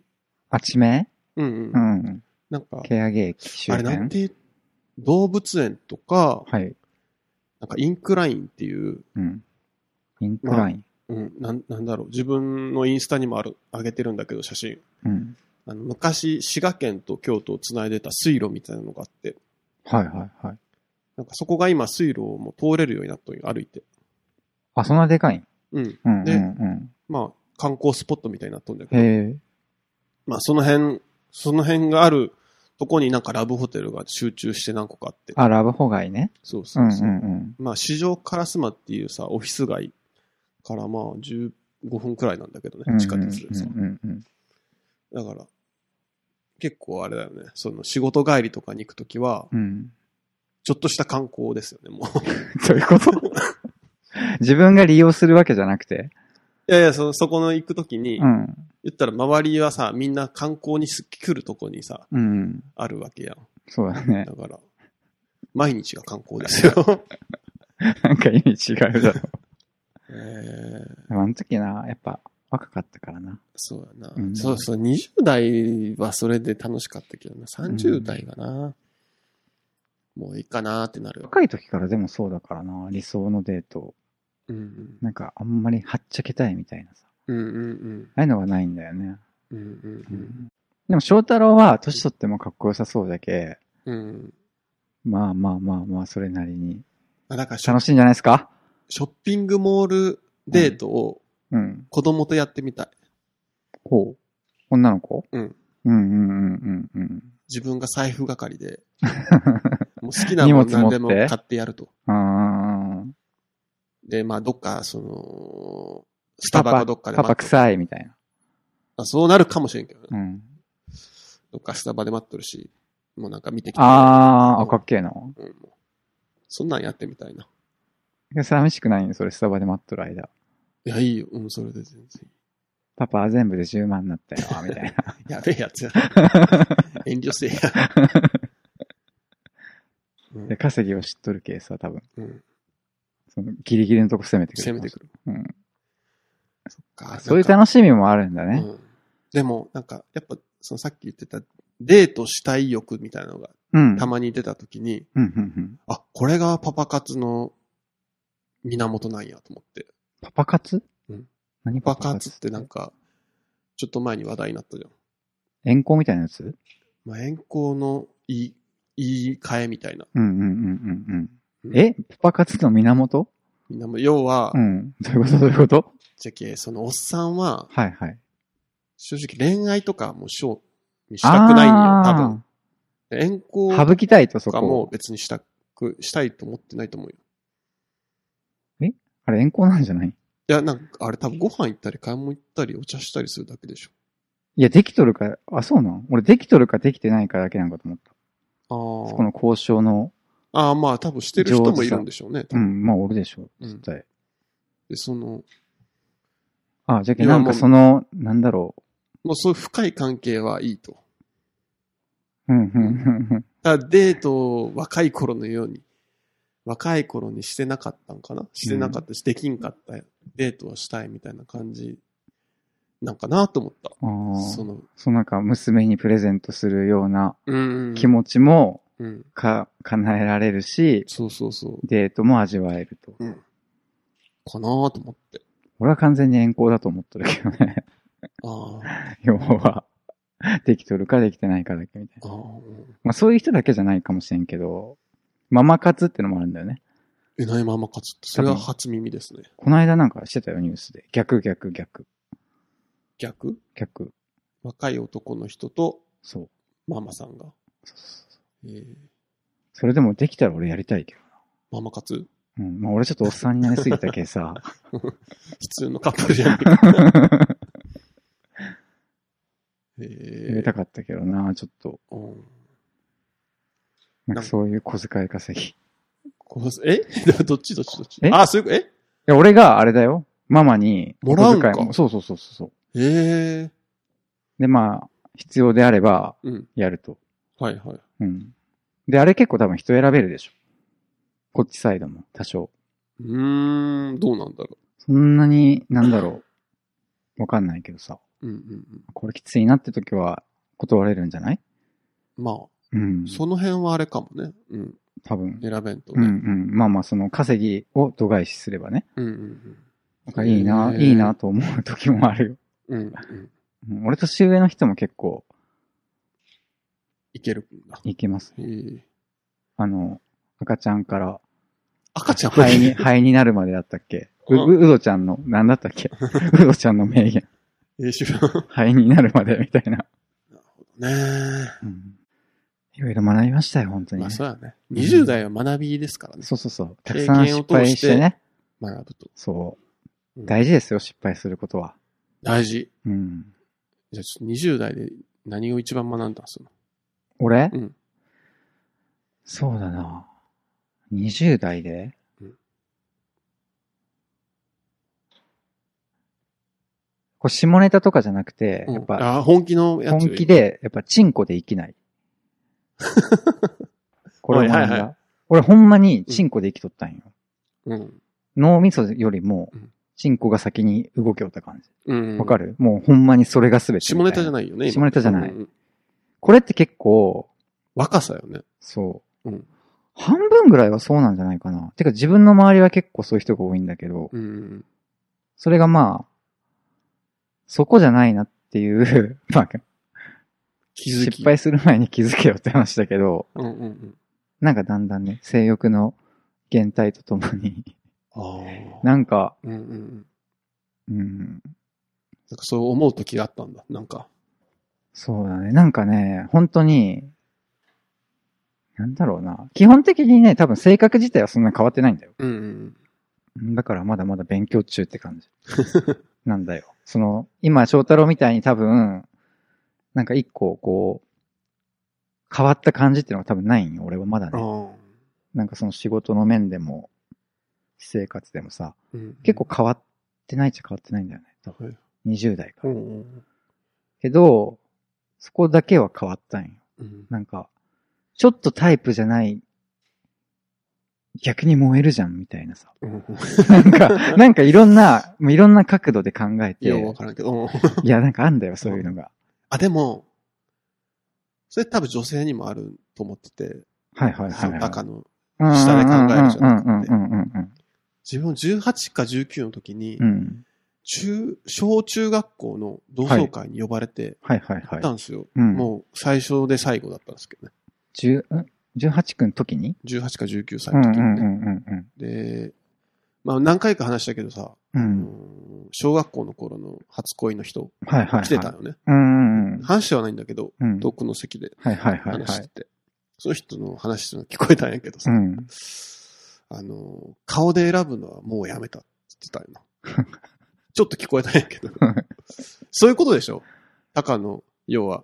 [SPEAKER 3] あ、地名
[SPEAKER 2] うんうん。
[SPEAKER 3] うん。
[SPEAKER 2] なんか、
[SPEAKER 3] ケアゲ駅周
[SPEAKER 2] あれ
[SPEAKER 3] 辺。
[SPEAKER 2] なんて、動物園とか、
[SPEAKER 3] はい。
[SPEAKER 2] なんかインクラインっていう、
[SPEAKER 3] うん。インクライン。
[SPEAKER 2] うん、なんなんだろう、自分のインスタにもある、上げてるんだけど、写真。
[SPEAKER 3] うん。
[SPEAKER 2] あの昔、滋賀県と京都をつないでた水路みたいなのがあって、
[SPEAKER 3] はいはいはい。
[SPEAKER 2] なんかそこが今水路をもう通れるようになったのよ歩いて。
[SPEAKER 3] あ、そんなでかいん
[SPEAKER 2] うん。
[SPEAKER 3] うんうん
[SPEAKER 2] で
[SPEAKER 3] うん。
[SPEAKER 2] まあ、観光スポットみたいになっとんだけど、
[SPEAKER 3] へえ。
[SPEAKER 2] まあ、その辺、その辺があるとこになんかラブホテルが集中して何個かあって。
[SPEAKER 3] あ、ラブホ街ね。
[SPEAKER 2] そう
[SPEAKER 3] う
[SPEAKER 2] そ
[SPEAKER 3] んう
[SPEAKER 2] うそう。
[SPEAKER 3] ん
[SPEAKER 2] まあ、市場烏丸っていうさ、オフィス街からまあ、15分くらいなんだけど
[SPEAKER 3] うん。
[SPEAKER 2] ね、地下鉄でさ。
[SPEAKER 3] うんうんうん
[SPEAKER 2] だから、結構あれだよね、その仕事帰りとかに行くときは、
[SPEAKER 3] うん。うん。
[SPEAKER 2] ちょっとした観光ですよね、もう。 い
[SPEAKER 3] どういうこと 自分が利用するわけじゃなくて。
[SPEAKER 2] やいや、そのそこの行くときに、
[SPEAKER 3] うん。
[SPEAKER 2] 言ったら周りはさ、みんな観光にす来るとこにさ、
[SPEAKER 3] うん。
[SPEAKER 2] あるわけやん。
[SPEAKER 3] そうだ ね。
[SPEAKER 2] だから、毎日が観光で すよ。
[SPEAKER 3] なんか意味違うだろ。
[SPEAKER 2] えー
[SPEAKER 3] でもあの時な、やっぱ若かったからな。
[SPEAKER 2] そうやな、
[SPEAKER 3] うん
[SPEAKER 2] そうそう、20代はそれで楽しかったけどな、30代がな、もういいかなってなる。
[SPEAKER 3] 若い時からでもそうだからな、理想のデート。
[SPEAKER 2] うん
[SPEAKER 3] なんかあんまりはっちゃけたいみたいなさ。
[SPEAKER 2] うんうんうん
[SPEAKER 3] ああいうのがないんだよね。
[SPEAKER 2] うんうんうん
[SPEAKER 3] でも翔太郎は年取ってもかっこよさそうだけ、
[SPEAKER 2] うんうん
[SPEAKER 3] まあまあまあまあ、それなりに。
[SPEAKER 2] あだからショ
[SPEAKER 3] 楽しいんじゃないですか
[SPEAKER 2] ショッピングモールデートを
[SPEAKER 3] うん。
[SPEAKER 2] 子供とやってみたい。
[SPEAKER 3] ほう。女の子
[SPEAKER 2] うん。
[SPEAKER 3] うんうんうんうんうん。
[SPEAKER 2] 自分が財布係で、 もう好きなもの
[SPEAKER 3] 荷物持
[SPEAKER 2] 何
[SPEAKER 3] って
[SPEAKER 2] でも買ってやると。
[SPEAKER 3] あー
[SPEAKER 2] で、まあどっか、その、スタバかどっかで
[SPEAKER 3] パパ
[SPEAKER 2] 待
[SPEAKER 3] パ
[SPEAKER 2] っ
[SPEAKER 3] 臭いみたいな。
[SPEAKER 2] あそうなるかもしれんけどね、
[SPEAKER 3] うん。
[SPEAKER 2] どっかスタバで待っとるし、もうなんか見てきて。
[SPEAKER 3] あー、
[SPEAKER 2] う
[SPEAKER 3] あ、
[SPEAKER 2] ん
[SPEAKER 3] かっけえな。い
[SPEAKER 2] うんそんなんやってみたいな。
[SPEAKER 3] や寂しくないよ、それスタバで待っとる間。
[SPEAKER 2] いや、いいよ。うん、それで全然
[SPEAKER 3] パパは全部で10万になったよ、みたい な。
[SPEAKER 2] い い。やべえやつや。遠慮せえや。うん
[SPEAKER 3] で、稼ぎを知っとるケースは多分、
[SPEAKER 2] うん、
[SPEAKER 3] そのギリギリのとこ攻めてくる。
[SPEAKER 2] 攻めてくる。
[SPEAKER 3] うん。
[SPEAKER 2] か
[SPEAKER 3] そういう楽しみもあるんだね。
[SPEAKER 2] うんでも、なんか、やっぱ、そのさっき言ってた、デートしたい欲みたいなのが、
[SPEAKER 3] うん。
[SPEAKER 2] たまに出たときに、
[SPEAKER 3] うん、うん、うん。
[SPEAKER 2] あ、これがパパ活の源なんやと思って。
[SPEAKER 3] パパ活
[SPEAKER 2] うん。
[SPEAKER 3] 何
[SPEAKER 2] パパ活ってなんか、ちょっと前に話題になったじゃん。
[SPEAKER 3] 遠行みたいなやつ
[SPEAKER 2] まあ、遠行の言い、言い換えみたいな。
[SPEAKER 3] うん、うん、うん、うん、う
[SPEAKER 2] うん
[SPEAKER 3] ん。えパパ活の源
[SPEAKER 2] みんなも、要は
[SPEAKER 3] う、ん。どういうことどういうこと
[SPEAKER 2] じゃけ、そのおっさんは、
[SPEAKER 3] はい、はい。
[SPEAKER 2] 正直恋愛とかもしょう、したくないんよ、多分。遠行
[SPEAKER 3] 分。省きたいと、そ
[SPEAKER 2] とか
[SPEAKER 3] こ
[SPEAKER 2] も。別にしたく、したいと思ってないと思うよ。
[SPEAKER 3] あれ、遠行なんじゃない
[SPEAKER 2] いや、なんか、あれ多分ご飯行ったり、買い物行ったり、お茶したりするだけでし
[SPEAKER 3] いや、できとるか、あ、そうなん俺、できとるかできてないかだけなんかと思った。
[SPEAKER 2] ょ。
[SPEAKER 3] そ
[SPEAKER 2] あ
[SPEAKER 3] この交渉の、
[SPEAKER 2] あ。ああ、まあ多分してる人もいるんでしょうね。多
[SPEAKER 3] う
[SPEAKER 2] 分
[SPEAKER 3] ん、まあ、俺でしょ、
[SPEAKER 2] うん
[SPEAKER 3] 絶対。
[SPEAKER 2] で、その、
[SPEAKER 3] あ、じゃけ
[SPEAKER 2] いや
[SPEAKER 3] なんかその、なんだろ
[SPEAKER 2] もうそういう深い関係はいいと。
[SPEAKER 3] う。うん、うん、うん、
[SPEAKER 2] ただデートを若い頃のように、若い頃にしてなかったんかなしてなかったし、できんかったデートをしたいみたいな感じなんかなと思った。
[SPEAKER 3] あー
[SPEAKER 2] その、
[SPEAKER 3] そうなんか娘にプレゼントするような
[SPEAKER 2] うん。
[SPEAKER 3] 気持ちも
[SPEAKER 2] うん。
[SPEAKER 3] か、叶えられるし、
[SPEAKER 2] そうそうそう。
[SPEAKER 3] デートも味わえると。
[SPEAKER 2] かなと思って。
[SPEAKER 3] 俺は完全に遠行だと思ってるけどね。
[SPEAKER 2] ああ、
[SPEAKER 3] 要は、できとるかできてないかだけみたいな。
[SPEAKER 2] ああ、うん
[SPEAKER 3] まあそういう人だけじゃないかもしれんけど、ママ活ってのもあるんだよね。
[SPEAKER 2] えないまま勝つって、それは初耳ですね。
[SPEAKER 3] この間なんかしてたよ、ニュースで。逆逆逆。
[SPEAKER 2] 逆
[SPEAKER 3] 逆。
[SPEAKER 2] 若い男の人と
[SPEAKER 3] そう。
[SPEAKER 2] ママさん
[SPEAKER 3] そ
[SPEAKER 2] が。
[SPEAKER 3] うそうそう
[SPEAKER 2] えー、
[SPEAKER 3] それでもできたら俺やりたいけど。
[SPEAKER 2] ママ活
[SPEAKER 3] うん。まあ俺ちょっとおっさんになりすぎたけ さ。
[SPEAKER 2] 普通のカップル じゃん。え
[SPEAKER 3] やり
[SPEAKER 2] ー
[SPEAKER 3] たかったけどな、ちょっと。
[SPEAKER 2] うん、
[SPEAKER 3] なんかそういう小遣い稼ぎ。い
[SPEAKER 2] こうえ どっちどっちどっち
[SPEAKER 3] え
[SPEAKER 2] あ、そういうこえ
[SPEAKER 3] や、俺があれだよ。ママに、
[SPEAKER 2] もらうんか
[SPEAKER 3] 小遣いもそうそうそうそう。
[SPEAKER 2] ええ
[SPEAKER 3] で、まあ、必要であれば、
[SPEAKER 2] うん。
[SPEAKER 3] やると。
[SPEAKER 2] はいはい。
[SPEAKER 3] うん。で、あれ結構多分人選べるでしょ。こっちサイドも、多少。
[SPEAKER 2] うーん、どうなんだろ
[SPEAKER 3] そんなに、なんだろう。わかんないけどさ。
[SPEAKER 2] う。うんうんうん。
[SPEAKER 3] これきついなって時は、断れるんじゃない
[SPEAKER 2] まあ、
[SPEAKER 3] うん。
[SPEAKER 2] その辺はあれかもね。うん。
[SPEAKER 3] 多分。
[SPEAKER 2] 選べんと
[SPEAKER 3] うんう
[SPEAKER 2] ね。
[SPEAKER 3] ん。まあまあ、その稼ぎを度外視すればね。
[SPEAKER 2] うん。うん
[SPEAKER 3] なんかいいな、
[SPEAKER 2] へー
[SPEAKER 3] いいなと思う時もあるよ。
[SPEAKER 2] うん。うんうん。
[SPEAKER 3] うん俺年上の人も結構
[SPEAKER 2] いけるんだ。
[SPEAKER 3] いけます。
[SPEAKER 2] えー、
[SPEAKER 3] あの、赤ちゃん から
[SPEAKER 2] 赤ちゃん
[SPEAKER 3] 肺に、肺になるまでだったっけう、
[SPEAKER 2] うん
[SPEAKER 3] う、うどちゃんの、なんだったっけ うどちゃんの名言。
[SPEAKER 2] えー、知らん。なる
[SPEAKER 3] 肺になるまでみたいな。
[SPEAKER 2] ほどね。
[SPEAKER 3] うんいろいろ学びましたよ、本当に
[SPEAKER 2] ま
[SPEAKER 3] ね、そ
[SPEAKER 2] あそううやね。20代は学びですからね。
[SPEAKER 3] そうそう。たくさん
[SPEAKER 2] 経験
[SPEAKER 3] 失
[SPEAKER 2] を通
[SPEAKER 3] 敗
[SPEAKER 2] し
[SPEAKER 3] しててね。
[SPEAKER 2] 学ぶと。
[SPEAKER 3] そう
[SPEAKER 2] うん。
[SPEAKER 3] 大事ですよ、失敗することは。
[SPEAKER 2] 大事。
[SPEAKER 3] うん。
[SPEAKER 2] じゃあちょっと20代で何を一番学んだんすか
[SPEAKER 3] 俺、
[SPEAKER 2] うん。
[SPEAKER 3] そうだな。20代で、
[SPEAKER 2] うん
[SPEAKER 3] これ下ネタとかじゃなくて、
[SPEAKER 2] うん
[SPEAKER 3] やっぱ、
[SPEAKER 2] あ、本気のやつ。
[SPEAKER 3] 本気。で、やっぱ、チンコで生き ない。これを学んだ
[SPEAKER 2] はいはいは
[SPEAKER 3] 俺、ほんまに、チンコで生きとったんよ。
[SPEAKER 2] うん。
[SPEAKER 3] 脳みそよりも
[SPEAKER 2] うん、
[SPEAKER 3] チンコが先に動きおった感じ。
[SPEAKER 2] うん。
[SPEAKER 3] わかる、もう、ほんまにそれが全て
[SPEAKER 2] 下ネタじゃ
[SPEAKER 3] ない。
[SPEAKER 2] ないよね。今
[SPEAKER 3] 下ネタじゃない
[SPEAKER 2] うん
[SPEAKER 3] これって結構、
[SPEAKER 2] 若さよね。
[SPEAKER 3] そう。
[SPEAKER 2] うん
[SPEAKER 3] 半分ぐらいはそうなんじゃないかな。てか、自分の周りは結構そういう人が多いんだけど、
[SPEAKER 2] うん。
[SPEAKER 3] それがまあ、そこじゃないなっていう、 まあ、
[SPEAKER 2] 気づき。
[SPEAKER 3] 失敗する前に気づけよって話だけど、
[SPEAKER 2] うんうんうん。
[SPEAKER 3] なんかだんだんね、性欲の減退とともに、
[SPEAKER 2] ああ。
[SPEAKER 3] なんか、
[SPEAKER 2] うんうんうん。
[SPEAKER 3] うん、
[SPEAKER 2] なんかそう思う時があったんだ。なんか。
[SPEAKER 3] そうだね。なんかね、本当に、なんだろうな。基本的にね、多分性格自体はそんな変わってないんだよ。
[SPEAKER 2] うんうん
[SPEAKER 3] うんだからまだまだ勉強中って感 じ。なんだよ。その、今、翔太郎みたいに多分、なんか一個、こう、変わった感じっていうのは多分ないんよ。俺はまだ
[SPEAKER 2] うん。
[SPEAKER 3] ね。
[SPEAKER 2] ああ。
[SPEAKER 3] なんかその仕事の面でも、私生活でもさ、
[SPEAKER 2] うん
[SPEAKER 3] 結。構変わってないっちゃ変わってないんだよね。多分
[SPEAKER 2] はい
[SPEAKER 3] 20代か
[SPEAKER 2] う
[SPEAKER 3] ら。
[SPEAKER 2] んうん
[SPEAKER 3] けど、そこだけは変わったんよ。
[SPEAKER 2] うん。
[SPEAKER 3] なんか、ちょっとタイプじゃない、逆に燃えるじゃん、みたいなさ。
[SPEAKER 2] うんうん。
[SPEAKER 3] なんか、なんかいろんな、もういろんな角度で考えて、
[SPEAKER 2] い
[SPEAKER 3] い
[SPEAKER 2] や、わからんけど。うん
[SPEAKER 3] や、なんかあんだよ、そういうのが。
[SPEAKER 2] あ、でも、それ多分女性にもあると思ってて、
[SPEAKER 3] はいはいは
[SPEAKER 2] そ
[SPEAKER 3] い、
[SPEAKER 2] の
[SPEAKER 3] は
[SPEAKER 2] 中
[SPEAKER 3] い。
[SPEAKER 2] の。
[SPEAKER 3] うん
[SPEAKER 2] 下で考えるじゃなくて
[SPEAKER 3] うんうんうんうん
[SPEAKER 2] 自分18か19の時に
[SPEAKER 3] うんう、ん。
[SPEAKER 2] 中、小中学校の同窓会に呼ばれて、
[SPEAKER 3] はいはい
[SPEAKER 2] 行
[SPEAKER 3] は
[SPEAKER 2] ったん
[SPEAKER 3] い。
[SPEAKER 2] ですよ。
[SPEAKER 3] うん
[SPEAKER 2] もう最初で最後だったんですけどね。
[SPEAKER 3] 十ん18くん時に
[SPEAKER 2] 18か19歳
[SPEAKER 3] うんう
[SPEAKER 2] の
[SPEAKER 3] ん
[SPEAKER 2] 時
[SPEAKER 3] う
[SPEAKER 2] に
[SPEAKER 3] んう
[SPEAKER 2] ね。
[SPEAKER 3] んうん。
[SPEAKER 2] で、まあ何回か話したけどさ、
[SPEAKER 3] う
[SPEAKER 2] あ
[SPEAKER 3] ん。
[SPEAKER 2] のー小学校の頃の初恋の人、
[SPEAKER 3] はいはいはい。
[SPEAKER 2] 来てたよね。
[SPEAKER 3] うんうんうん。
[SPEAKER 2] 話してはないんだけど、
[SPEAKER 3] うん。
[SPEAKER 2] 遠くの席で
[SPEAKER 3] はいはいはい
[SPEAKER 2] 話
[SPEAKER 3] は
[SPEAKER 2] して
[SPEAKER 3] い。
[SPEAKER 2] て、その人の話してるの聞こえたんやけど
[SPEAKER 3] う
[SPEAKER 2] さ、
[SPEAKER 3] ん。
[SPEAKER 2] あの、顔で選ぶのはもうやめたって言ってたよな。 ちょっと聞こえたんやけど。そういうことでしょタカの、要は、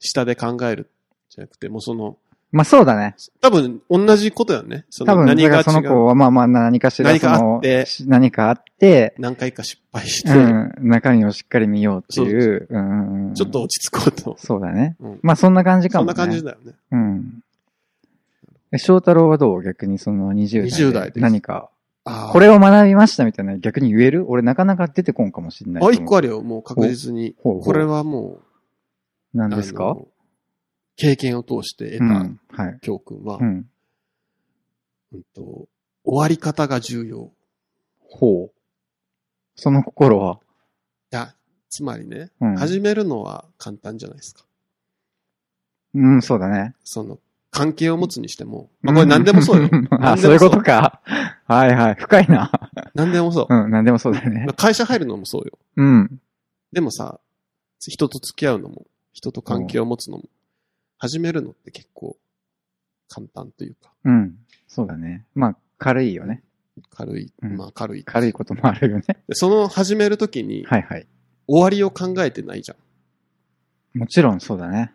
[SPEAKER 2] 下で考えるじゃなくて、もうその、
[SPEAKER 3] まあそうだね。
[SPEAKER 2] 多分同じことやんね。そ
[SPEAKER 3] 多
[SPEAKER 2] の
[SPEAKER 3] 分、
[SPEAKER 2] 何
[SPEAKER 3] だか
[SPEAKER 2] が違
[SPEAKER 3] らその子
[SPEAKER 2] う。
[SPEAKER 3] はまあまあ何かしら
[SPEAKER 2] 何
[SPEAKER 3] そ
[SPEAKER 2] かあ
[SPEAKER 3] の
[SPEAKER 2] って
[SPEAKER 3] し何かあって、
[SPEAKER 2] 何回か失敗して、
[SPEAKER 3] うん、中身をしっかり見ようっていう、うんうんうん
[SPEAKER 2] ちょっと。落ち着こうと。
[SPEAKER 3] そうだね。
[SPEAKER 2] うん
[SPEAKER 3] まあそんな感じか
[SPEAKER 2] そん
[SPEAKER 3] もね。
[SPEAKER 2] な感じだよね。
[SPEAKER 3] うん。え翔太郎はどう逆にその20代。
[SPEAKER 2] 20代です
[SPEAKER 3] 何か
[SPEAKER 2] あー
[SPEAKER 3] これを学びましたみたいな逆に言える俺なかなか出てこんかもしれないと
[SPEAKER 2] あ、
[SPEAKER 3] 思う。
[SPEAKER 2] 一個あるよ、もう確実に。
[SPEAKER 3] ほうほう
[SPEAKER 2] これはもう、
[SPEAKER 3] 何です
[SPEAKER 2] あ
[SPEAKER 3] か
[SPEAKER 2] の経験を通して
[SPEAKER 3] う
[SPEAKER 2] 得た
[SPEAKER 3] ん。はい。
[SPEAKER 2] 教訓は、
[SPEAKER 3] うん。
[SPEAKER 2] うんと終わり方が重要。
[SPEAKER 3] ほう。その心は、
[SPEAKER 2] いや、つまりね、
[SPEAKER 3] うん。
[SPEAKER 2] 始めるのは簡単じゃないですか。
[SPEAKER 3] うん、そうだね。。
[SPEAKER 2] その、関係を持つにしても、まあこれ何でもそうよ
[SPEAKER 3] あ、そういうことか。はいはい。深いな。
[SPEAKER 2] 何でもそう。
[SPEAKER 3] うん、何でもそうだよ ね
[SPEAKER 2] まあ。会社入るのもそうよ。
[SPEAKER 3] うん。
[SPEAKER 2] でもさ、人と付き合うのも、人と関係を持つのも、始めるのって結構簡単というか、
[SPEAKER 3] うん。そうだね。まあ、軽いよね。
[SPEAKER 2] 軽い、
[SPEAKER 3] うん
[SPEAKER 2] まあ軽い。
[SPEAKER 3] 軽いこともあるよね。
[SPEAKER 2] でその始めるときに、
[SPEAKER 3] はいはい。
[SPEAKER 2] 終わりを考えてないじゃん。
[SPEAKER 3] もちろんそうだね。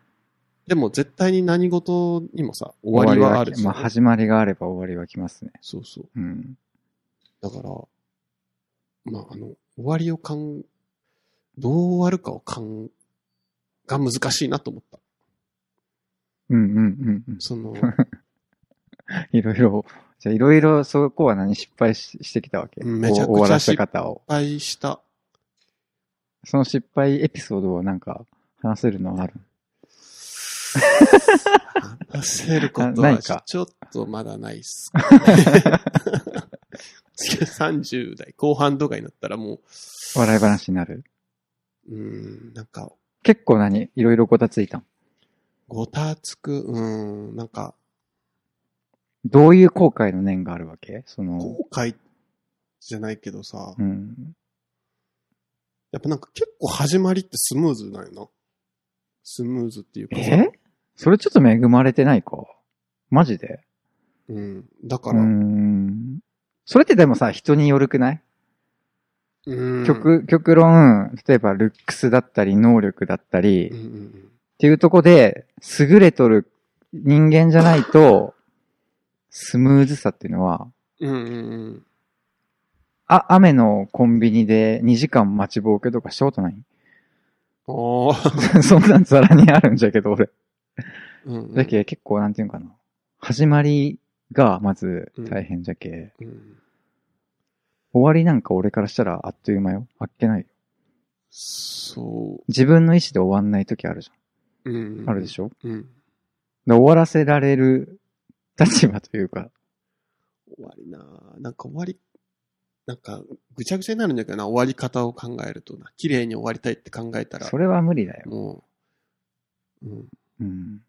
[SPEAKER 2] でも絶対に何事にもさ、終わりはある
[SPEAKER 3] 終
[SPEAKER 2] し。
[SPEAKER 3] わりはまあ、始まりがあれば終わりは来ますね。
[SPEAKER 2] そうそう。
[SPEAKER 3] うん。
[SPEAKER 2] だから、まあ、あの、終わりをかん、どう終わるかをかん、が難しいなと思った。
[SPEAKER 3] うんうんうんうん。
[SPEAKER 2] そ の、
[SPEAKER 3] いろいろ、じゃあいろいろそこは何失敗ししてきたわけ。
[SPEAKER 2] うんめちゃくちゃ
[SPEAKER 3] こう終わらせ方を。
[SPEAKER 2] 愛した。
[SPEAKER 3] その失敗エピソードをなんか話せるのはある。
[SPEAKER 2] 話せること
[SPEAKER 3] なな
[SPEAKER 2] はい
[SPEAKER 3] か
[SPEAKER 2] ちょっとまだないっす。次は30代後半とかになったらも
[SPEAKER 3] 笑い話になる。
[SPEAKER 2] う、うーん、なんか、
[SPEAKER 3] 結構何いろいろごたついたん
[SPEAKER 2] ごたつく、うーん、なんか、
[SPEAKER 3] どういう後悔の念があるわけその、
[SPEAKER 2] 後悔じゃないけどさ、
[SPEAKER 3] うん。
[SPEAKER 2] やっぱなんか結構始まりってスムーズなんよな。スムーズっていうかさ
[SPEAKER 3] えそれちょっと恵まれてないかマジで
[SPEAKER 2] うん。だ
[SPEAKER 3] う
[SPEAKER 2] か
[SPEAKER 3] ー
[SPEAKER 2] ら、
[SPEAKER 3] ん。それってでもさ、人によるくない、
[SPEAKER 2] うん、
[SPEAKER 3] 極、極論、例えばルックスだったり、能力だったり、
[SPEAKER 2] うん
[SPEAKER 3] っ
[SPEAKER 2] うんうん、
[SPEAKER 3] ていうとこで、優れとる人間じゃないと、スムーズさっていうのは、
[SPEAKER 2] うんうんうん。
[SPEAKER 3] あ、雨のコンビニで2時間待ちぼうけとかしたことない
[SPEAKER 2] ああ。
[SPEAKER 3] そんなんザラにあるんじゃけど、俺。
[SPEAKER 2] うんうん
[SPEAKER 3] だけ結構なんていうんかな。始まりがまず大変じゃけ、
[SPEAKER 2] うん
[SPEAKER 3] 終わりなんか俺からしたらあっという間よ。あっけないよ。
[SPEAKER 2] そ
[SPEAKER 3] 自分の意思で終わんない時あるじ
[SPEAKER 2] う。うん
[SPEAKER 3] ゃん。あるでしょ
[SPEAKER 2] ょ。うん。
[SPEAKER 3] で終わらせられる立場というか。
[SPEAKER 2] 終わりなぁなんか終わり、なんか、ぐちゃぐちゃになるんだけどな、終わり方を考えるとな。綺麗に終わりたいって考えたら
[SPEAKER 3] そ、れは無理だよ。
[SPEAKER 2] もう、うん。
[SPEAKER 3] うん。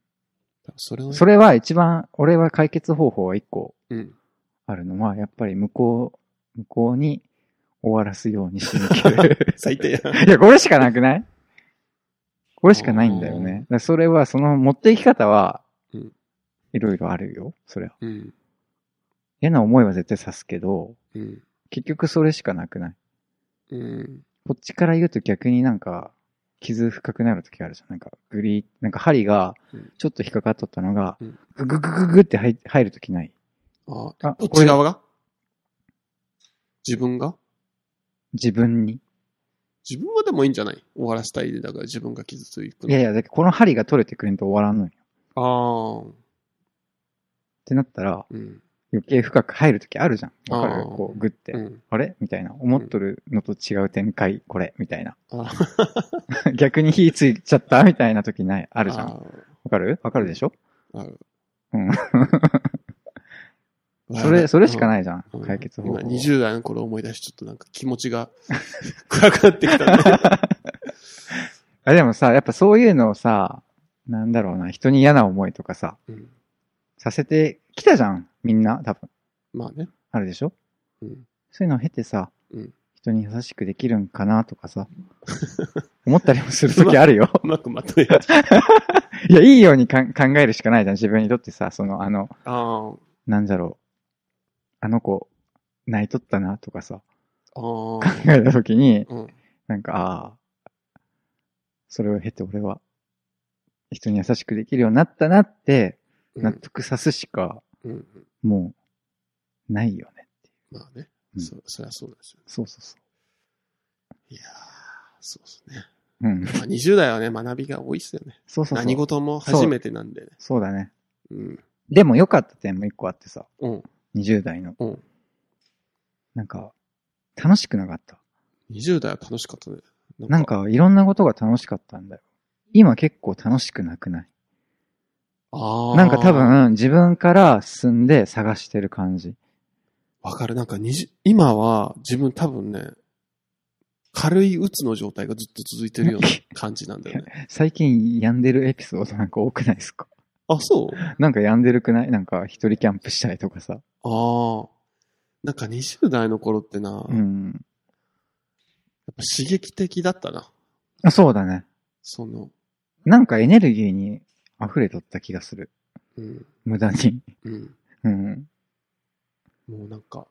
[SPEAKER 2] それをね
[SPEAKER 3] それは一番、俺は解決方法は一個
[SPEAKER 2] うん。
[SPEAKER 3] あるのは、やっぱり向こう、向こうに終わらすようにしにける。
[SPEAKER 2] 最低や。
[SPEAKER 3] いや、これしかなくないこれしかないんだよね。だからそれは、その持っていき方は
[SPEAKER 2] うん、
[SPEAKER 3] いろいろあるよ。そりゃ。
[SPEAKER 2] うん。
[SPEAKER 3] 嫌な思いは絶対さすけど、
[SPEAKER 2] うん。
[SPEAKER 3] 結局それしかなくない。
[SPEAKER 2] うん。
[SPEAKER 3] こっちから言うと逆になんか、傷深くなる時あるじゃん。なんか、グリー、なんか針が
[SPEAKER 2] うん、
[SPEAKER 3] ちょっと引っかかっとったのが
[SPEAKER 2] うん、
[SPEAKER 3] グググググって入入る時ない。
[SPEAKER 2] あ
[SPEAKER 3] あ
[SPEAKER 2] あ、こっち側が自分が
[SPEAKER 3] 自分に。
[SPEAKER 2] 自分はでもいいんじゃない終わらせたいで、だから自分が傷ついく
[SPEAKER 3] いやいや、だってこの針が取れてくれんと終わらんのよ。っ
[SPEAKER 2] ああ、
[SPEAKER 3] てなったら、
[SPEAKER 2] うん。
[SPEAKER 3] 余計深く入る時あるじゃん。わか
[SPEAKER 2] あ
[SPEAKER 3] る
[SPEAKER 2] ー
[SPEAKER 3] こう、グって。
[SPEAKER 2] うん。
[SPEAKER 3] あれみたいな。思っとるのと違う展開、これ、みたいな。
[SPEAKER 2] ああ
[SPEAKER 3] 逆に火ついちゃったみたいな時ない、あるじゃん。わかるわかるでしょ
[SPEAKER 2] ある。
[SPEAKER 3] うん。それ、それしか
[SPEAKER 2] い
[SPEAKER 3] ないじゃん。
[SPEAKER 2] うん
[SPEAKER 3] 解決方法。
[SPEAKER 2] 今20代の頃思い出し、ちょっとなんか気持ちが 暗くなってきたね。
[SPEAKER 3] あでもさ、やっぱそういうのをさ、なんだろうな、人に嫌な思いとかさ、
[SPEAKER 2] うん
[SPEAKER 3] させてきたじゃん。みんな、多分。
[SPEAKER 2] まあね。
[SPEAKER 3] あるでしょ
[SPEAKER 2] うん。
[SPEAKER 3] そういうのを経てさ、
[SPEAKER 2] うん
[SPEAKER 3] 人に優しくできるんかなとかさ、思ったりもする時あるよ。
[SPEAKER 2] うまくまとめた。
[SPEAKER 3] いや、いいようにかん考えるしかないじゃん。自分にとってさ、その、あの、
[SPEAKER 2] あ
[SPEAKER 3] なんだろう、あの子、泣いとったなとかさ、
[SPEAKER 2] あ、あ
[SPEAKER 3] 考えたときに、
[SPEAKER 2] あ、うん。
[SPEAKER 3] なんか、ああ、それを経て俺は、人に優しくできるようになったなって、
[SPEAKER 2] うん
[SPEAKER 3] 納得さすしか、
[SPEAKER 2] うん。
[SPEAKER 3] もう、ないよね。
[SPEAKER 2] まあね
[SPEAKER 3] う。ん
[SPEAKER 2] そ、そりゃそうなんですよ。
[SPEAKER 3] そうそうそ
[SPEAKER 2] いやーそうですね。
[SPEAKER 3] う。うん。
[SPEAKER 2] まあ20代はね、学びが多いっすよね。
[SPEAKER 3] そうそうそう。
[SPEAKER 2] 何事も初めてなんでね。
[SPEAKER 3] そうだね。
[SPEAKER 2] うん。
[SPEAKER 3] でも良かった点も一個あってさ、
[SPEAKER 2] うん。
[SPEAKER 3] 20代の。
[SPEAKER 2] うん。
[SPEAKER 3] なんか、楽しくなかった。
[SPEAKER 2] 20代は楽しかったね。
[SPEAKER 3] なん、か、いろんなことが楽しかったんだよ。今結構楽しくなくない
[SPEAKER 2] あー
[SPEAKER 3] なんか多。分、自分から進んで探してる感じ。
[SPEAKER 2] わかる。なんか20、今は自分多分ね、軽い鬱の状態がずっと続いて るような感じなんだよね。
[SPEAKER 3] 最近病んでるエピソードなんか多くないですか
[SPEAKER 2] あ、そう
[SPEAKER 3] なんか病んでるくないなんか一人キャンプしたりとかさ。
[SPEAKER 2] ああ。なんか20代の頃ってな、
[SPEAKER 3] う
[SPEAKER 2] やっ
[SPEAKER 3] ん。
[SPEAKER 2] ぱ刺激的だったな。
[SPEAKER 3] あそうだね。
[SPEAKER 2] その、
[SPEAKER 3] なんかエネルギーに溢れとった気がする。
[SPEAKER 2] うん、
[SPEAKER 3] 無駄に。
[SPEAKER 2] うん。
[SPEAKER 3] うん。
[SPEAKER 2] もうなんか、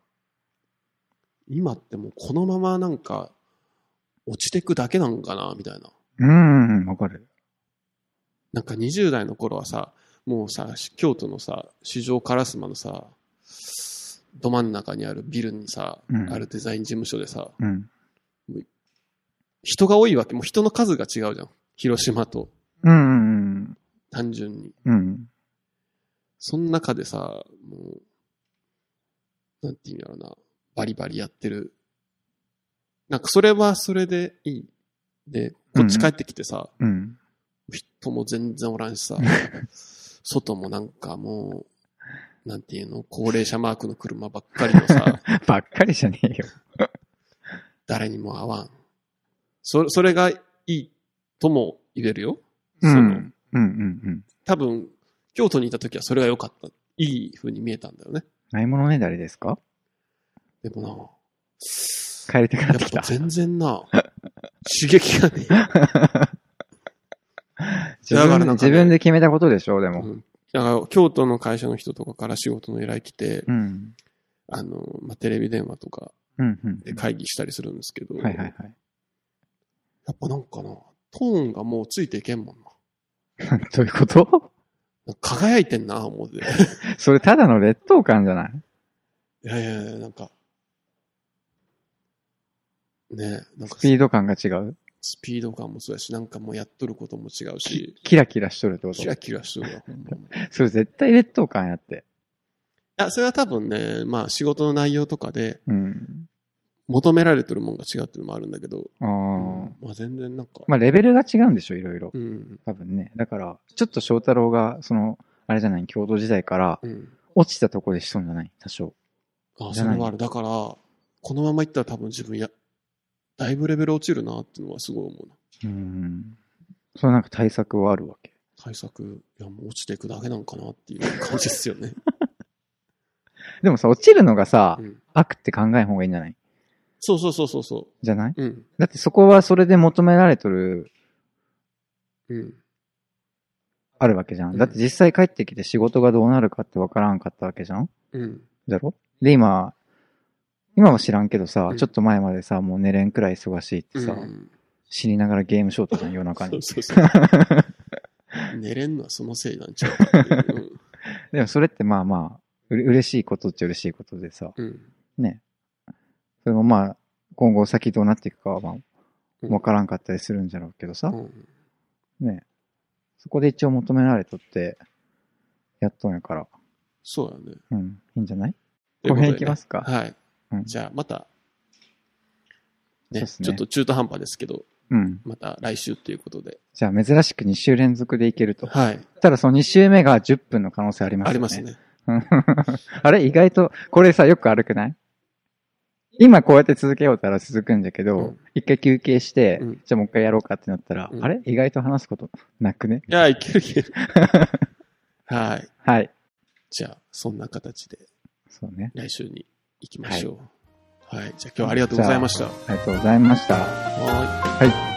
[SPEAKER 2] 今ってもうこのままなんか、落ちてくだけなんかな、みたいな。
[SPEAKER 3] うん、わかる。
[SPEAKER 2] なんか20代の頃はさ、もうさ、京都のさ、市場烏丸のさ、ど真ん中にあるビルにさ、
[SPEAKER 3] うん
[SPEAKER 2] あるデザイン事務所でさ、
[SPEAKER 3] うん。
[SPEAKER 2] 人が多いわけ、もう人の数が違うじゃん。広島と、
[SPEAKER 3] うん、うん、
[SPEAKER 2] 単純に。
[SPEAKER 3] うん。うん
[SPEAKER 2] その中でさ、もう、なんていうんだろうな、バリバリやってる。なんかそれはそれでいい。で、こっち帰ってきてさ、
[SPEAKER 3] うん。
[SPEAKER 2] 人も全然おら んしさ、外もなんかもう、なんていうの、高齢者マークの車ばっかり のさ、
[SPEAKER 3] ばっかりじゃねえよ。
[SPEAKER 2] 誰にも会わん。それ、それがいいとも言えるよ。
[SPEAKER 3] うん。
[SPEAKER 2] そうの
[SPEAKER 3] ん、うん、うん。
[SPEAKER 2] 多分、京都にいた時はそれが良かった。いい風に見えたんだよね。
[SPEAKER 3] ないものねだりですか
[SPEAKER 2] でもな、
[SPEAKER 3] 帰りたくな
[SPEAKER 2] や
[SPEAKER 3] ってき
[SPEAKER 2] ったぱ。全然な、刺激がね、
[SPEAKER 3] 自
[SPEAKER 2] だから
[SPEAKER 3] 分
[SPEAKER 2] なんかね
[SPEAKER 3] 自分で決めたことでし ょ、でも。
[SPEAKER 2] だから京都の会社の人とかから仕事の依頼来て、
[SPEAKER 3] うん。
[SPEAKER 2] あの、まあ、テレビ電話とか
[SPEAKER 3] うん、うん。
[SPEAKER 2] で会議したりするんですけど、
[SPEAKER 3] はいはいはい。
[SPEAKER 2] やっぱなんかな、トーンがもうついていけんもんな。
[SPEAKER 3] どういうこと
[SPEAKER 2] なんか輝いてんな、思 うて。
[SPEAKER 3] それただの劣等感じゃない
[SPEAKER 2] いやいやいや、なんか、ねえ、なんか
[SPEAKER 3] スピード感が違う。
[SPEAKER 2] スピード感もそうやし、なんかもうやっとることも違うし、
[SPEAKER 3] キラキラしとるってこと
[SPEAKER 2] キラキラしとるわ、ほんまに
[SPEAKER 3] それ絶対劣等感やって。
[SPEAKER 2] いや、それは多分ね、まあ仕事の内容とかで
[SPEAKER 3] うん。
[SPEAKER 2] 求められてるもんが違うっていうのもあるんだけど、
[SPEAKER 3] ああ。
[SPEAKER 2] まあ全然なんか、
[SPEAKER 3] まあ、レベルが違うんでしょ、いろいろ
[SPEAKER 2] う。ん、
[SPEAKER 3] 多分ね。だから、ちょっと翔太郎が、その、あれじゃない、京都時代から、
[SPEAKER 2] うん。
[SPEAKER 3] 落ちたとこでしそうじゃない多少。
[SPEAKER 2] あ、
[SPEAKER 3] じ
[SPEAKER 2] そ
[SPEAKER 3] ゃない
[SPEAKER 2] れはある。だから、このままいったら多分自分や、だいぶレベル落ちるなっていうのはすごい思うな。
[SPEAKER 3] うん。そのなんか対策はあるわけ。
[SPEAKER 2] 対策、いや、もう落ちていくだけなんかなっていう感じですよね。
[SPEAKER 3] でもさ、落ちるのがさ、
[SPEAKER 2] うん、
[SPEAKER 3] 悪って考えん方がいいんじゃない
[SPEAKER 2] そうそうそうそうそ。
[SPEAKER 3] じゃないう
[SPEAKER 2] うん。
[SPEAKER 3] だってそこはそれで求められとる、
[SPEAKER 2] うん。
[SPEAKER 3] あるわけじゃ。
[SPEAKER 2] うんん
[SPEAKER 3] だって実際帰ってきて仕事がどうなるかってわからんかったわけじゃん
[SPEAKER 2] うん。
[SPEAKER 3] だろで、今、今は知らんけどさ、
[SPEAKER 2] うん
[SPEAKER 3] ちょっと前までさ、もう寝れんくらい忙しいってさ、
[SPEAKER 2] うん、
[SPEAKER 3] 死にながらゲームショートじゃん、夜中
[SPEAKER 2] そ
[SPEAKER 3] に
[SPEAKER 2] う。そうそう。寝れんのはそのせいなんちゃうかっていう。
[SPEAKER 3] でもそれってまあまあ、うれ嬉しいことっちゃ嬉しいことでさ、
[SPEAKER 2] うん。うん
[SPEAKER 3] ね。それもまあ、今後先どうなっていくかはまあ、
[SPEAKER 2] うん
[SPEAKER 3] わからんかったりするんじゃろうけどさ、
[SPEAKER 2] うん。
[SPEAKER 3] ね。そこで一応求められとって、やっとんやから、
[SPEAKER 2] そうだね。
[SPEAKER 3] うん、いいんじゃない後編いきますか
[SPEAKER 2] ということでねはい。
[SPEAKER 3] うん
[SPEAKER 2] じゃあ、また、
[SPEAKER 3] そう
[SPEAKER 2] ね
[SPEAKER 3] っすね
[SPEAKER 2] ちょっと中途半端ですけど、
[SPEAKER 3] うん。
[SPEAKER 2] また来週ということで。
[SPEAKER 3] じゃあ珍しく2週連続でいけると。
[SPEAKER 2] はい。
[SPEAKER 3] ただその2週目が10分の可能性ありますよね。
[SPEAKER 2] あります。ね。
[SPEAKER 3] あれ意外と、これさ、よくあるくない今こうやって続けようたら続くんだけ
[SPEAKER 2] う
[SPEAKER 3] ど
[SPEAKER 2] ん、
[SPEAKER 3] 一、回休憩して、
[SPEAKER 2] うん
[SPEAKER 3] じゃあもう一回やろうかってなったら、
[SPEAKER 2] うん
[SPEAKER 3] あれ意外と話すことなくね
[SPEAKER 2] いや、いける いける。はい。
[SPEAKER 3] はい。
[SPEAKER 2] じゃあ、そんな形で
[SPEAKER 3] そうね。
[SPEAKER 2] 来週に行きましょう。はい。じゃあ今日はありがとうございました。は
[SPEAKER 3] ありがとうございました。
[SPEAKER 2] ーい。
[SPEAKER 3] はい。